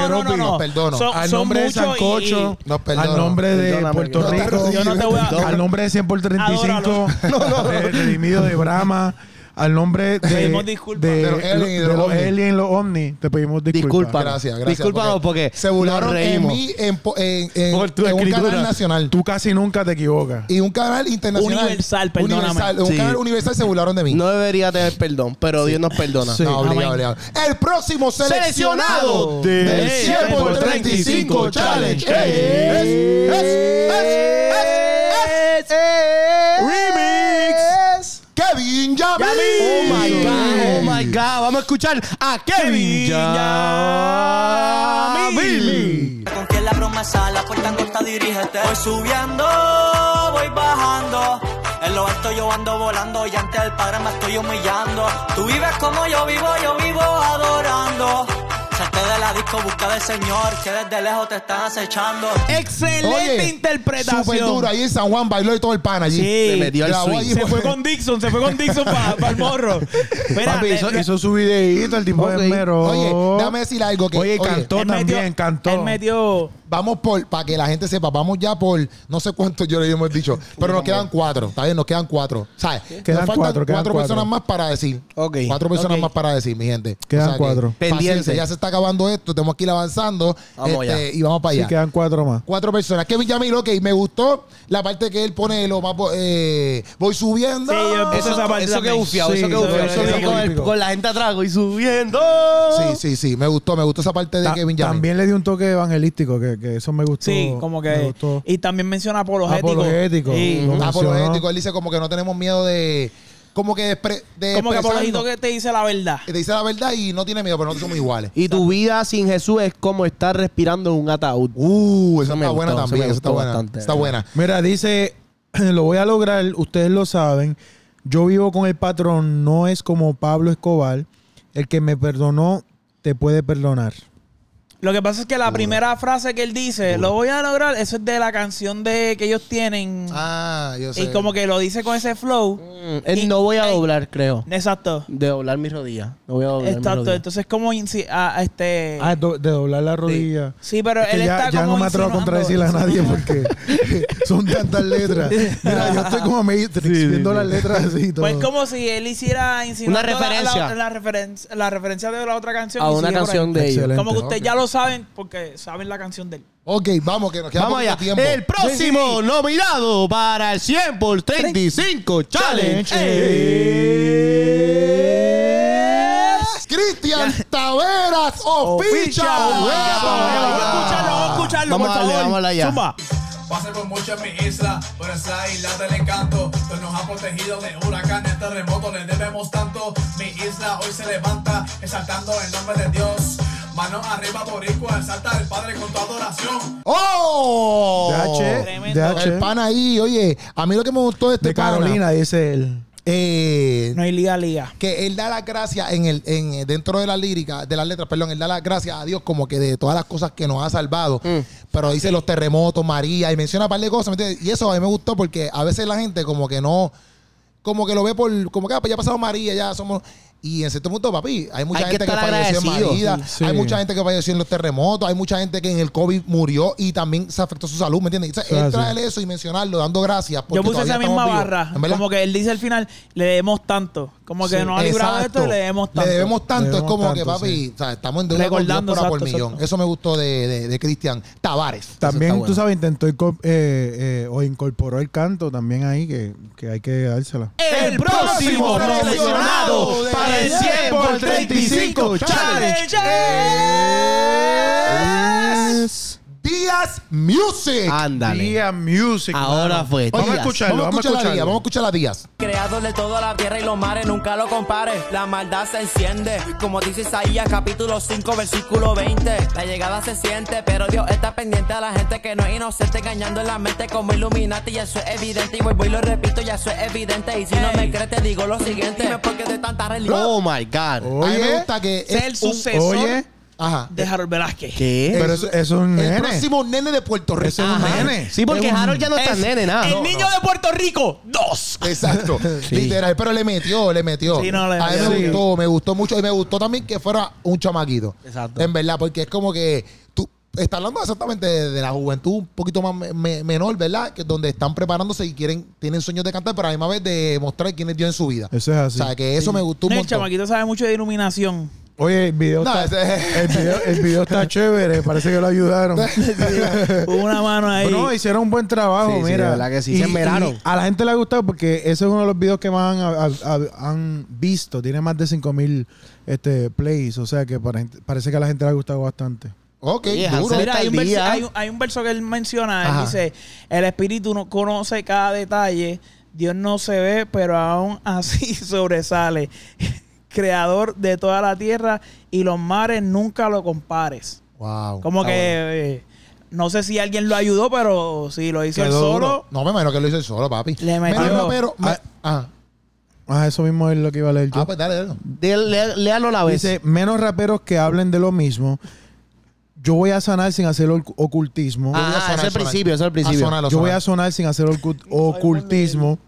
Quiero
no, no,
pi-
no.
Nos perdono.
Son-
al
son
nombre de
muchos y-
Sancocho,
y- Nos perdona.
al nombre de
Perdóname,
Puerto
que-
Rico,
Yo no te
voy a-
al nombre de 100 por 35,
Adóralo.
de Redimido de Brahma, al nombre de,
Pedimos disculpas.
de,
De los aliens y de
de
los
los
ovnis.
aliens y los ovnis, te pedimos disculpas.
Disculpa.
Gracias, gracias.
Discúlpanos porque
se burlaron en
nos reímos.
mí en, po- en, en-
Por tu
en un
escritura.
canal nacional.
Tú casi nunca te equivocas.
Y un canal internacional.
Universal, perdóname.
Universal, un
Sí.
canal universal se burlaron de mí.
No debería tener perdón, pero Dios nos perdona.
Sí.
No, obligado,
Amén.
obligado. El próximo seleccionado
Seleccionado
del
del
100 por 35 Challenge es- es-
Oh
es- es- es- Remix Kevin Yamil. Oh
vamos a escuchar a Kevin Yamil.
Confía en la promesa, la puerta angosta dirígete. Voy subiendo, voy bajando. En lo alto yo ando volando y ante el padre me estoy humillando. Tú vives como yo vivo, yo vivo adorando. Salte de la disco, busca del Señor, que desde lejos te están acechando.
Excelente
Oye,
interpretación.
Súper duro. Ahí en San Juan bailó y todo el pan allí.
Sí.
Se me dio el
Grabó
swing.
allí,
Se
pues.
fue con Dixon, se fue con Dixon para el morro. Mira,
Papi,
le-
hizo,
le-
hizo su videíto el tipo
Ok.
de mero.
Oye, déjame decir algo que-
Oh. Oye,
oye,
cantó
él
también,
metió-
cantó.
Él metió.
Vamos por, para que la gente sepa, vamos ya por, no sé cuántos yo le hemos dicho, pero nos quedan cuatro, está bien, nos quedan cuatro. ¿Sabes?
Quedan
nos faltan
cuatro, quedan cuatro.
personas más para decir.
Ok.
Cuatro personas
Ok.
más para decir, mi gente.
Quedan
que,
cuatro.
paciencia,
Pendiente.
Ya se está acabando esto, tenemos que ir avanzando
Vamos
este,
ya.
y vamos para
Sí,
allá.
quedan cuatro más.
Cuatro personas. Kevin Yamil, ok, me gustó la parte que él pone, lo más, eh, voy subiendo.
Sí, yo empecé esa
Eso,
parte
eso que
también.
bufiado,
Sí,
eso que
eso
bufiado.
es
Eso
bien
que con, el-
típico.
con la gente atrás y subiendo.
sí, sí, sí, me gustó, me gustó esa parte de
Ta-
Kevin Yamil.
también le dio un toque evangelístico, que, que eso me gustó.
Sí, como
Me
que.
gustó.
Y también menciona apologético.
Apologético. Mm-hmm.
Sí.
Lo
Ah,
mencionó.
apologético, él dice como que no tenemos miedo de, como que de, expre- de
Como que
expresarnos.
apologético que te dice la verdad.
Y te dice la verdad y no tiene miedo, pero nosotros somos iguales.
Y tu vida sin Jesús es como estar respirando en un ataúd.
Uh,
Eso
esa
me
está buena
gustó,
también.
eso me
Esa está
gustó
buena.
bastante. Mm.
Está buena.
Mira, dice, lo voy a lograr, ustedes lo saben. Yo vivo con el patrón, no es como Pablo Escobar. El que me perdonó, te puede perdonar.
Lo que pasa es que la primera frase que él dice, lo voy a lograr, eso es de la canción de que ellos tienen.
Ah, yo sé.
y como que lo dice con ese flow.
Mm, él
Y-
no voy a
ay.
doblar, creo.
Exacto.
De doblar mis rodillas. No voy a doblar mis
Exacto.
rodillas.
Entonces, como. insi- a- a este,
Ah, do- de doblar la rodilla.
sí, pero
Es que
él
ya,
está
ya
como.
no me atrevo a
insinuando-
contradecirle a nadie porque son tantas letras. Mira, yo estoy como Matrix viendo las letras así y todo.
Pues como si él hiciera insinuando
Una referencia.
La, la, la referen- la referencia de la otra canción.
a
y
una
sigue por ahí.
canción de ellos.
Excelente.
Como que
Ok.
ustedes ya lo saben porque saben la canción de él.
Ok, vamos, que nos queda
Vamos
poquito
allá.
tiempo.
El próximo nominado para el 100 por 35 Challenge. es-
Cristian Taveras o Picha.
Oficha.
Vamos a escucharlo, vamos a escucharlo,
Vamos
por
a darle,
favor.
vamos a darle ya.
Zumba.
Pasé por mucho en mi isla, pero es la isla del encanto. Dios nos ha protegido de huracanes, terremotos, le debemos tanto. Mi isla hoy se levanta, exaltando el nombre de Dios. Mano arriba, boricua, exalta al Padre con tu adoración.
¡Oh!
DH,
Tremendo.
El
DH.
pan ahí, oye. A mí lo que me gustó de este
De Carolina,
pana,
dice él.
eh,
No hay liga, liga.
que él da la gracia en el en eh, dentro de la lírica de las letras perdón él da la gracia a Dios como que de todas las cosas que nos ha salvado pero dice los terremotos María y menciona un par de cosas ¿me entiendes? y eso a mí me gustó porque a veces la gente como que no como que lo ve por como que ah, pues ya ha pasado María ya somos y en cierto punto papi hay mucha
Hay que
gente que,
estar
falleció en
agradecido.
María
Sí.
hay mucha gente que falleció en los terremotos hay mucha gente que en el COVID murió y también se afectó su salud ¿me entiendes? O sea,
Eso es
él
así.
traer eso y mencionarlo dando gracias porque
Yo puse
todavía
esa misma
estamos vivos.
barra.
¿En verdad?
Como que él dice al final, le debemos tanto. Como que
Sí,
nos ha librado de
Exacto.
esto y le debemos tanto.
Le debemos tanto.
Le debemos
es como
tanto,
que, papi,
sí.
o sea, estamos en deuda con Dios
Recordando,
por, a por
exacto,
millón.
exacto.
Eso me gustó de, de, de Cristian Tavares.
También,
Eso
tú
está bueno.
sabes, intentó incorp- eh, eh, o incorporó el canto también ahí, que, que hay que dársela.
El próximo
seleccionado
nominado para el 100 por 35 Challenge.
Es Díaz Music.
Ah,
Ándale.
Día Music.
Ahora
mano.
fue,
Vamos a
Díaz.
escucharlo,
vamos a escuchar a
escucharlo.
Díaz. Vamos a escuchar a Díaz.
Creador de toda la tierra y los mares, nunca lo compares. La maldad se enciende. Como dice Isaías, capítulo 5, versículo 20. La llegada se siente, pero Dios está pendiente a la gente que no es inocente, engañando en la mente como Illuminati. Y eso es evidente. Y vuelvo y lo repito, ya eso es evidente. Y si no me crees, te digo lo siguiente. Dime por qué de tanta religión.
Oh my God.
A mí me
Oye,
gusta que.
Ese es el
un-
sucesor
oye.
Ajá.
de Harold Velázquez.
¿Qué?
pero eso, eso es un
El
nene.
próximo nene de Puerto Rico.
Eso es un
Ajá.
nene.
Sí, porque Harold ya no está
Es
nene, nada.
El
No,
niño de Puerto Rico, dos.
Exacto, literal, pero le metió, le metió.
Sí, no, le
a mí
metió.
me
Sí.
gustó, me gustó mucho y me gustó también que fuera un chamaquito.
Exacto.
En verdad, porque es como que tú estás hablando exactamente de, de la juventud un poquito más me- me- menor, ¿verdad? Que donde están preparándose y quieren tienen sueños de cantar, pero a la misma vez de mostrar quién es Dios en su vida.
Eso es así.
O sea, que eso me gustó un
No, el
montón.
chamaquito sabe mucho de iluminación.
Oye, el video,
No,
está,
ese-
el, video, el video está chévere, parece que lo ayudaron.
Hubo una mano ahí.
No, hicieron un buen trabajo,
Sí, sí,
mira.
de verdad que sí, se esmeraron.
a la gente le ha gustado porque ese es uno de los videos que más han, a- a- han visto. Tiene más de 5000 este, plays, o sea que para- parece que a la gente le ha gustado bastante.
Ok,
Oye,
duro.
Hansel
Mira, hay un,
Tal
verso,
día.
hay un- hay un verso que él menciona, él
Ajá.
dice, el espíritu no conoce cada detalle, Dios no se ve, pero aún así sobresale. creador de toda la tierra y los mares nunca lo compares.
Wow.
Como
Está
que
bueno.
eh, no sé si alguien lo ayudó, pero si lo hizo él
Quedó
solo.
duro.
No, me imagino que lo hizo él solo, papi.
Le metió-
Pero, pero, me-
Ah,
ah,
Ah, eso mismo es lo que iba a leer yo.
ah, pues dale, dale.
De- le- léalo la vez.
Dice, menos raperos que hablen de lo mismo. Yo voy a sanar sin hacer oc- ocultismo.
Voy
Ah,
a
ese es el
sonar.
principio, ese es el principio.
Ah, sonalo,
Yo voy
sonalo.
a sonar sin hacer ocu- ocultismo.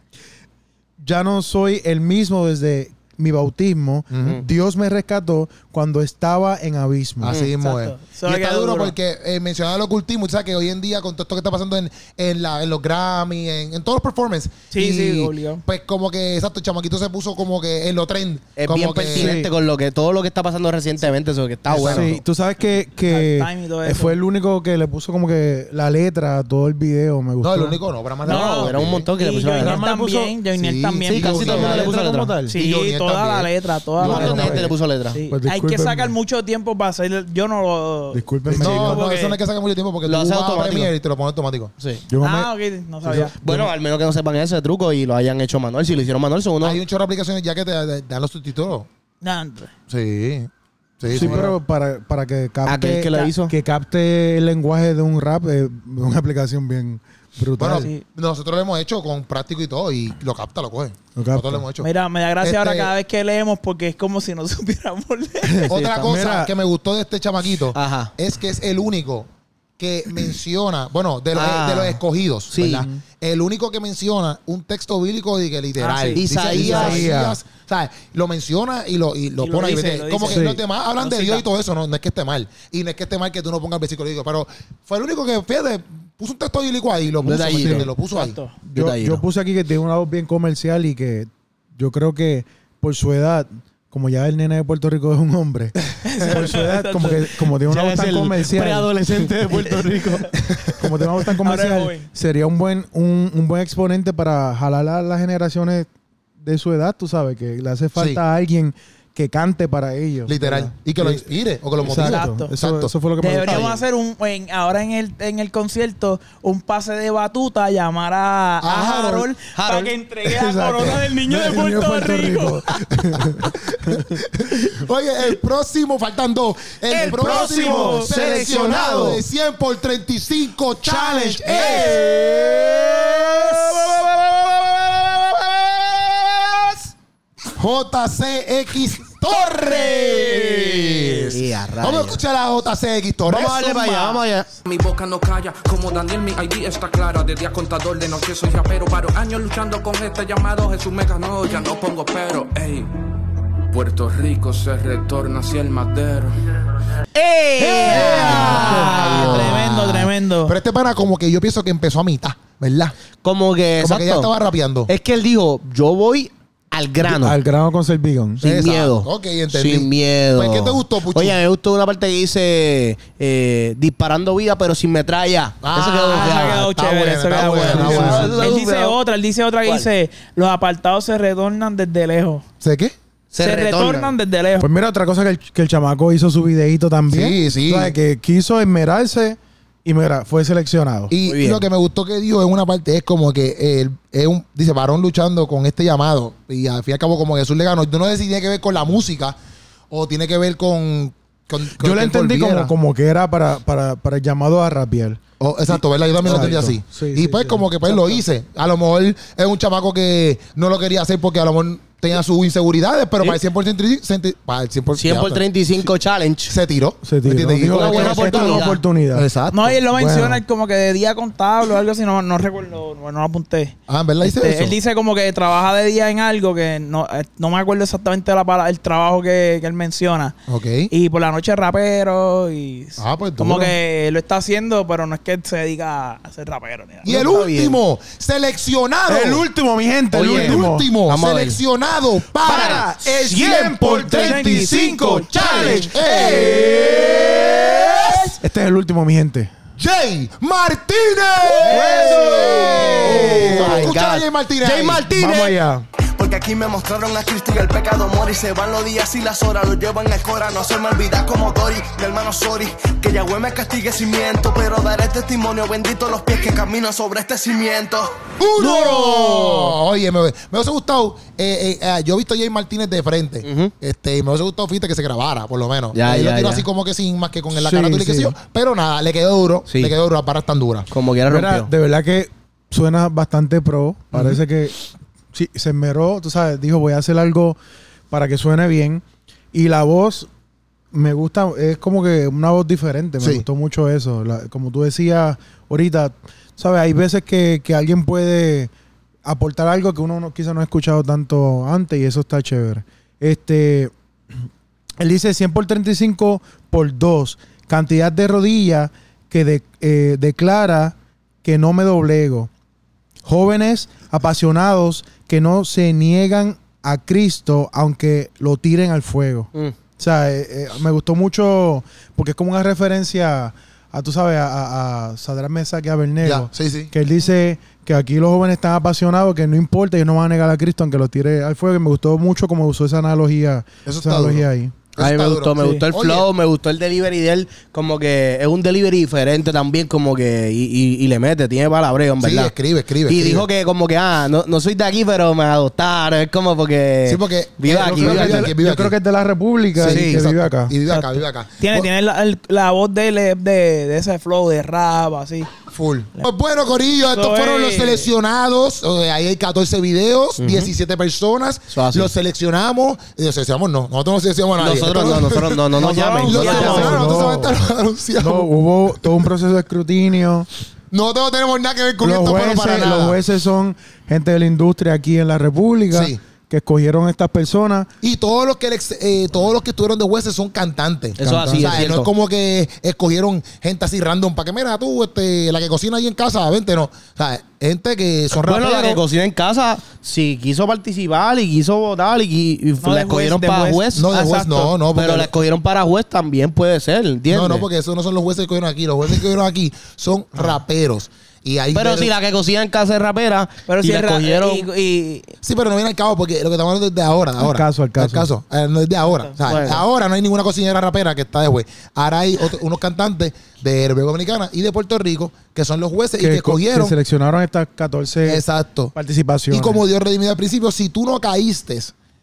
Ya no soy el mismo desde mi bautismo. Dios me rescató cuando estaba en abismo.
Así mismo es.
Exacto. Eso
Y
le
está
quedó
duro,
duro.
porque eh, mencionaba el ocultismo, tú ¿sabes? Que hoy en día, con todo esto que está pasando en, en la, en los Grammy, en, en todos los performances.
Sí,
y,
sí, obligado.
Pues como que, exacto, el chamaquito se puso como que en lo trend.
es
como
bien
que-
pertinente
Sí.
con lo que todo lo que está pasando recientemente, eso que está Ah, bueno.
Sí, tú sabes que, que
Halftime y todo eso.
fue el único que le puso como que la letra a todo el video. Me gustó.
No, el único no, Brahma
No,
también.
Era un montón que le
Y
pusieron la
Joyner
letra.
Rama le puso-
también, Joyner
Sí,
también.
sí, casi
puso
todo el mundo
la
le
letra
puso
como
letra.
tal.
Sí,
Joyner
toda la
también.
letra, toda
Un
la
montón de
letra.
gente le puso letra.
Sí.
Pues
Hay que
discúlpenme.
sacar mucho tiempo para hacer. Yo no lo.
Discúlpenme.
No,
chicos.
no,
Como
eso no hay
que-
que sacar mucho tiempo porque
Lo
tú
hace
vas a
automático.
Premiere y te lo pones automático.
Sí.
Yo me-
Ah, ok, no sabía.
Bueno, al menos que no sepan ese truco y lo hayan hecho manual. Si lo hicieron manual, son unos
Hay un chorro de aplicaciones ya que te te dan los subtítulos.
Nah, hombre.
Sí. Sí,
Sí,
son-
pero para, para que capte,
Aquel que la hizo.
que capte el lenguaje de un rap eh, es una aplicación bien brutal.
Bueno,
Sí.
nosotros lo hemos hecho con práctico y todo y lo capta, lo coge.
Lo capta.
Nosotros lo hemos hecho.
Mira, me da gracia
Este-
ahora cada vez que leemos porque es como si no supiéramos leer.
Otra
está.
cosa
Mira.
que me gustó de este chamaquito
Ajá.
es que es el único que menciona, bueno, de los,
Ah.
de los escogidos,
Sí.
¿verdad? El único que menciona un texto bíblico y que literal.
Ah, sí.
Dice,
Isaías.
Isaías, ¿sabes? Lo menciona y lo, y lo
Y lo
pone ahí.
dice,
¿viste?
lo
Como
dice.
que
Sí.
los demás hablan de
Lo
Dios
cita.
y todo eso, no, no es que esté mal. Y no es que esté mal que tú no pongas el versículo bíblico, pero fue el único que, fíjate, puso un texto bíblico ahí y lo puso, ¿me
Detallito.
entiendes? Lo puso ahí.
Exacto.
yo,
detallitos.
yo puse aquí que tiene una voz bien comercial y que yo creo que por su edad, como ya el nene de Puerto Rico es un hombre, por su edad, como que como tiene una voz tan comercial,
preadolescente de Puerto Rico.
como tiene una voz tan
Ahora es
comercial,
joven.
sería un buen, un, un buen exponente para jalar a las generaciones de su edad, tú sabes, que le hace falta
Sí.
a alguien que cante para ellos.
Literal.
¿verdad?
Y que lo inspire o que lo motive.
Exacto.
Exacto.
Eso, eso fue lo que me gustó.
Deberíamos hacer un en- ahora en el en el concierto un pase de batuta, llamar a, a
A
Harold,
Harold.
para
Harold.
que entregue la
Exacto.
corona del niño de
Del niño
Puerto,
de Puerto
Rico.
Rico.
Oye, el próximo, faltan dos. El,
El próximo
próximo seleccionado
seleccionado
de 100 por 35 Challenge es.
es
JCX Torres.
Y a rayos.
Vamos a escuchar a JCX Torres.
Vamos a darle para allá, vamos allá.
Mi boca no calla, como Daniel mi ID está clara De día contador, de noche soy rapero Paro años luchando con este llamado Jesús me ganó, ya no pongo pero Ey, Puerto Rico se retorna hacia el madero
Ah, tremendo, tremendo.
Pero este pana, como que yo pienso que empezó a mitad, ¿verdad?
Como que,
Como que ya
exacto.
estaba rapeando.
Es que él dijo, yo voy al grano.
Al grano con Servigón.
sin
Exacto.
miedo.
Ok, entendí.
Sin miedo.
Pues, ¿qué te gustó, Puchu?
Oye, me gustó una parte que dice eh, disparando vida, pero sin metralla.
Ah,
eso quedó
Ah,
ya,
esa quedó
está
chévere,
buena,
esa
está
quedó
buena,
buena.
está
buena.
Él dice otra, él dice otra que
¿Cuál?
dice, los apartados se retornan desde lejos.
¿Sé qué?
Se, retornan. desde lejos.
Pues mira, otra cosa que el, que el chamaco hizo su videíto también.
Sí, sí.
O sea, que quiso esmerarse y mira, fue seleccionado.
Y
Muy bien.
lo que me gustó que dijo en una parte es como que él es un, dice, varón luchando con este llamado. Y al fin y al cabo, como Jesús le ganó. Yo no sé si tiene que ver con la música o tiene que ver con. con- con
Yo
que
lo
él
entendí como,
volviera.
como que era para, para, para el llamado a rapiel.
Oh, exacto, ¿verdad? Yo también lo entendí así.
Exacto. Sí,
y
sí,
pues,
sí.
como que pues lo hice. A lo mejor es un chamaco que no lo quería hacer porque a lo mejor tenía sus inseguridades, pero para el 100%, tri- centi- para el 100%,
100 por 35 challenge.
se tiró.
Se tiró.
¿entiendes? Y
Dijo,
como que
una buena
no se-
"Esta es una
oportunidad".
oportunidad.
Exacto.
No, y él lo
Bueno.
menciona como que de día contable o algo así, no, no recuerdo, no, no lo apunté.
Ah, ¿en verdad hice
Este,
eso?
él dice como que trabaja de día en algo que no, eh, no me acuerdo exactamente la pala- el trabajo que, que él menciona.
Ok.
Y por la noche es rapero y
Ah, pues,
como
duro.
que lo está haciendo, pero no es que se dedica a ser rapero. ni nada.
Y el último, seleccionado.
El último, mi gente,
Oye,
el último.
Vamos a ver.
seleccionado para, el 100 por 35 Challenge es
Este es el último, mi gente.
Jay Martínez.
¡Eso!
Vamos a escuchar a Jay Martínez.
Jay
ahí.
Martínez.
Vamos allá.
Porque Porque aquí me mostraron a Cristo y el pecado mori. Se van los días y las horas, lo llevan al cora. No se me olvida como Dory, mi hermano Sori. Que Yahweh me castigue si miento. Pero daré testimonio, bendito los pies que caminan sobre este cimiento.
¡Duro! Oye, me, me hubiese gustado. eh, eh, eh, yo he visto a Jay Martínez de frente. este, y me hubiese gustado, fíjate, que se grabara, por lo menos.
Ya,
Ahí
ya,
lo tiro
ya.
así como que sin más que con la
Sí,
carátula y qué
sí.
sé yo. oh". Pero nada, le quedó duro.
Sí.
Le quedó duro, las barras tan duras.
Como quiera
Mira,
rompió.
de verdad que suena bastante pro. Parece que sí, se enmeró, tú sabes, dijo voy a hacer algo para que suene bien. Y la voz me gusta, es como que una voz diferente, me
Sí.
gustó mucho eso. La- como tú decías ahorita, sabes, hay veces que, que alguien puede aportar algo que uno no, quizá no ha escuchado tanto antes y eso está chévere. Este, él dice 100 por 35 por 2, cantidad de rodillas que de- eh, declara que no me doblego. Jóvenes apasionados que no se niegan a Cristo aunque lo tiren al fuego.
Mm.
O sea, eh, eh, me gustó mucho porque es como una referencia a, tú sabes, a, a, a Sadrán Mesaque, a Bernego.
Ya, sí, sí.
Que él dice que aquí los jóvenes están apasionados, que no importa, ellos no van a negar a Cristo aunque lo tire al fuego. Y me gustó mucho cómo usó esa analogía,
Eso
esa
está duro.
analogía ahí.
Eso
A mí
está
me
duro.
gustó, me
Sí.
gustó el
Oye,
flow, me gustó el delivery de él. Como que es un delivery diferente también, como que. Y, y- y le mete, tiene palabreo, en
Sí,
verdad.
escribe, escribe,
Y
escribe.
dijo que, como que, ah, no, no soy de aquí, pero me adoptaron. Es como porque.
Sí, porque- eh,
Vive
yo
aquí,
creo
vive
que-
aquí.
Yo
aquí, vive aquí.
creo que es de la República
Sí,
y que
exacto.
vive acá.
Y vive acá, vive acá. Pues,
Tiene,
Bu-
tiene la, el- la voz de, él, eh, de, de ese flow de rap, así.
Full. Pues bueno, Corillo, estos
Eso
fueron los
es.
seleccionados. O sea, ahí hay 14 videos, 17 personas.
Eso hace.
Los seleccionamos. Y los seleccionamos, no. Nosotros no seleccionamos a nadie.
Nosotros no, nosotros no, no nos llamen. no
Los
nos
no,
seleccionaron,
llamen.
no.
nosotros van a estar anunciados.
No, hubo todo un proceso de escrutinio.
Nosotros no tenemos nada que ver con
Los
esto, pero para
jueces,
nada.
los jueces son gente de la industria aquí en la República
Sí.
que escogieron estas personas.
Y todos los que le- eh, todos los que estuvieron de jueces son cantantes.
Eso
Cantantes.
así, es
O sea, eh, no
cierto.
es como que escogieron gente así random para que mira tú, este, la que cocina ahí en casa, vente, no. O sea, gente que son
Bueno, la que
raperos.
cocina en casa, si quiso participar y quiso votar y, y
No
la
de
escogieron
juez, de
para
juez.
juez.
No, de juez
exacto.
no, no, porque-
Pero la escogieron para juez también puede ser, ¿entiendes?
No, no, porque esos no son los jueces que cogieron aquí. Los jueces que cogieron aquí son raperos. Y ahí
Ah. Pero si la que cocina en casa es rapera,
Pero
y
si
la
es ra-
escogieron...
y- y-
Sí, pero no viene al cabo porque lo que estamos hablando es de ahora. De ahora.
caso, al caso.
Eh, no es de ahora. O sea,
Bueno.
Ahora no hay ninguna cocinera rapera que está de juez. Ahora hay otro- unos cantantes de República Dominicana y de Puerto Rico que son los jueces y que
co-
cogieron.
que seleccionaron estas 14
Exacto.
participaciones.
Y como Dios redimido al principio, si tú no caíste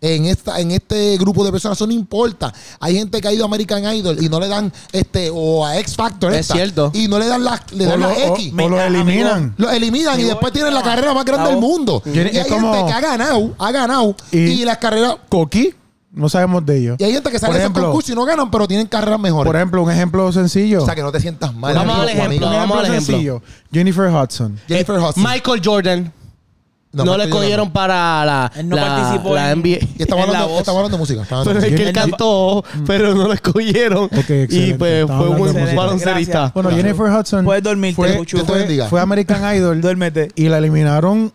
en esta en este grupo de personas, eso no importa. Hay gente que ha ido a American Idol y no le dan este o a X Factor.
Es
esta,
cierto.
Y no le dan la, le
o
dan
lo,
la
o-
X.
o lo
Mira,
eliminan.
Los eliminan y después tienen la carrera más grande del mundo. Y
Tiene-
hay
es como-
gente que ha ganado, ha ganado. Y,
Y-
las carreras.
Coqui, no sabemos de ellos.
Y hay gente que sale
Por
de ese
ejemplo-
concurso y no ganan, pero tienen carreras mejores.
Por ejemplo, un ejemplo sencillo.
o sea que no te sientas mal.
Vamos
amigo
al
o
ejemplo,
amiga.
vamos al ejemplo.
sencillo. Jennifer Hudson.
Jennifer Hudson.
Eh, Michael Jordan. No,
Michael
le escogieron
Jordan.
para la,
Él no
la-
participó
la
en-
NBA.
Y estamos
en la
hablando,
voz.
estamos hablando de música. estamos
Pero
hablando de
es
música.
que él cantó, pero no lo escogieron. y
excelente.
pues
Estaba
fue un
hablando de
buen
música.
baloncerista.
Gracias.
Bueno, Jennifer Hudson
Puedes dormirte,
fue,
Puchu.
Dios te
fue-
bendiga.
fue American Idol
Duérmete.
y la eliminaron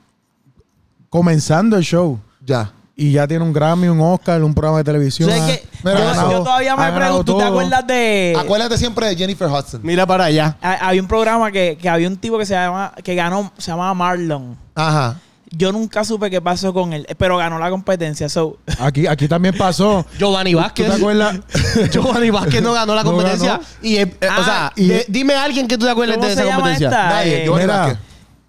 comenzando el show.
Ya.
Y ya tiene un Grammy, un Oscar, un programa de televisión.
O sea,
Ha-
es que
Mira, Ah,
yo,
ha ganado-
yo todavía
ha
me
ganado
pregunto, ¿tú te
todo.
acuerdas
Eh,
de...?
Acuérdate siempre de Jennifer Hudson.
Mira para allá.
ha- Ah, Había un programa que, que había un tipo que se llama que ganó, se llamaba Marlon.
Ajá.
Yo nunca supe qué pasó con él, pero ganó la competencia. So,
Aquí, aquí también pasó.
Giovanni
¿Tú
Vázquez.
te acuerdas?
Giovanni Vázquez no ganó la
No
competencia.
ganó.
Y, eh, eh, o
Ah,
sea,
y-
de- dime a alguien que tú te acuerdes
¿Cómo
de
se
esa
llama
competencia.
esta?
Nadie.
eh,
Giovanni
Mira,
Vázquez.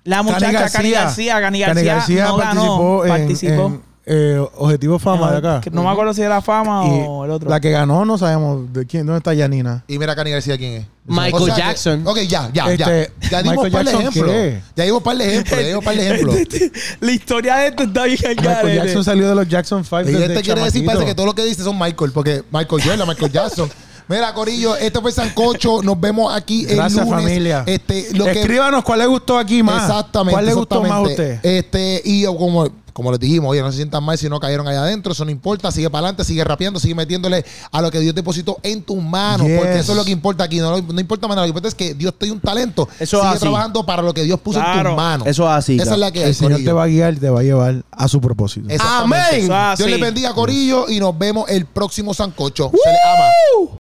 la muchacha Cani García, Cani García,
Cani García
no
participó,
ganó,
en-
participó.
en, eh, Objetivo Fama de acá.
Que No me acuerdo si era Fama
Y
o el otro.
La que ganó no sabemos de quién. ¿Dónde está Yanina?
Y mira Cani García quién es.
Michael
que-
Jackson.
ok, ya, ya,
Este,
ya. Ya dimos
Michael
par de
Jackson,
ejemplos.
¿qué? Este,
Ya dimos par de ejemplos. Ya dimos par de ejemplos.
la historia de esto está bien al
Michael
garete.
Jackson salió de los Jackson Five
Y
desde
este quiere decir,
chamaquito.
parece que todo lo que dice son Michael, porque Michael Jordan, Michael Jackson. Mira, Corillo, esto fue Sancocho. Nos vemos aquí el
Gracias,
lunes.
familia.
Este, lo que,
Escríbanos cuál le gustó aquí más.
Exactamente.
¿Cuál le gustó más a
exactamente.
usted?
Este, y yo como, como les dijimos, oye, no se sientan mal si no cayeron allá adentro, eso no importa, sigue para adelante, sigue rapeando, sigue metiéndole a lo que Dios depositó en tus manos,
Yes.
porque eso es lo que importa aquí, no, no importa más nada, lo que importa es que Dios te dio un talento,
Eso es
sigue
así.
trabajando para lo que Dios puso en
Claro.
tus manos.
Eso es así,
Esa
claro.
es la que
el
hay,
Señor
Corillo.
te va a guiar y te va a llevar a su propósito.
Exactamente.
Amén.
Eso es así.
Dios les bendiga, Corillo, y nos vemos el próximo Sancocho. Se les ama.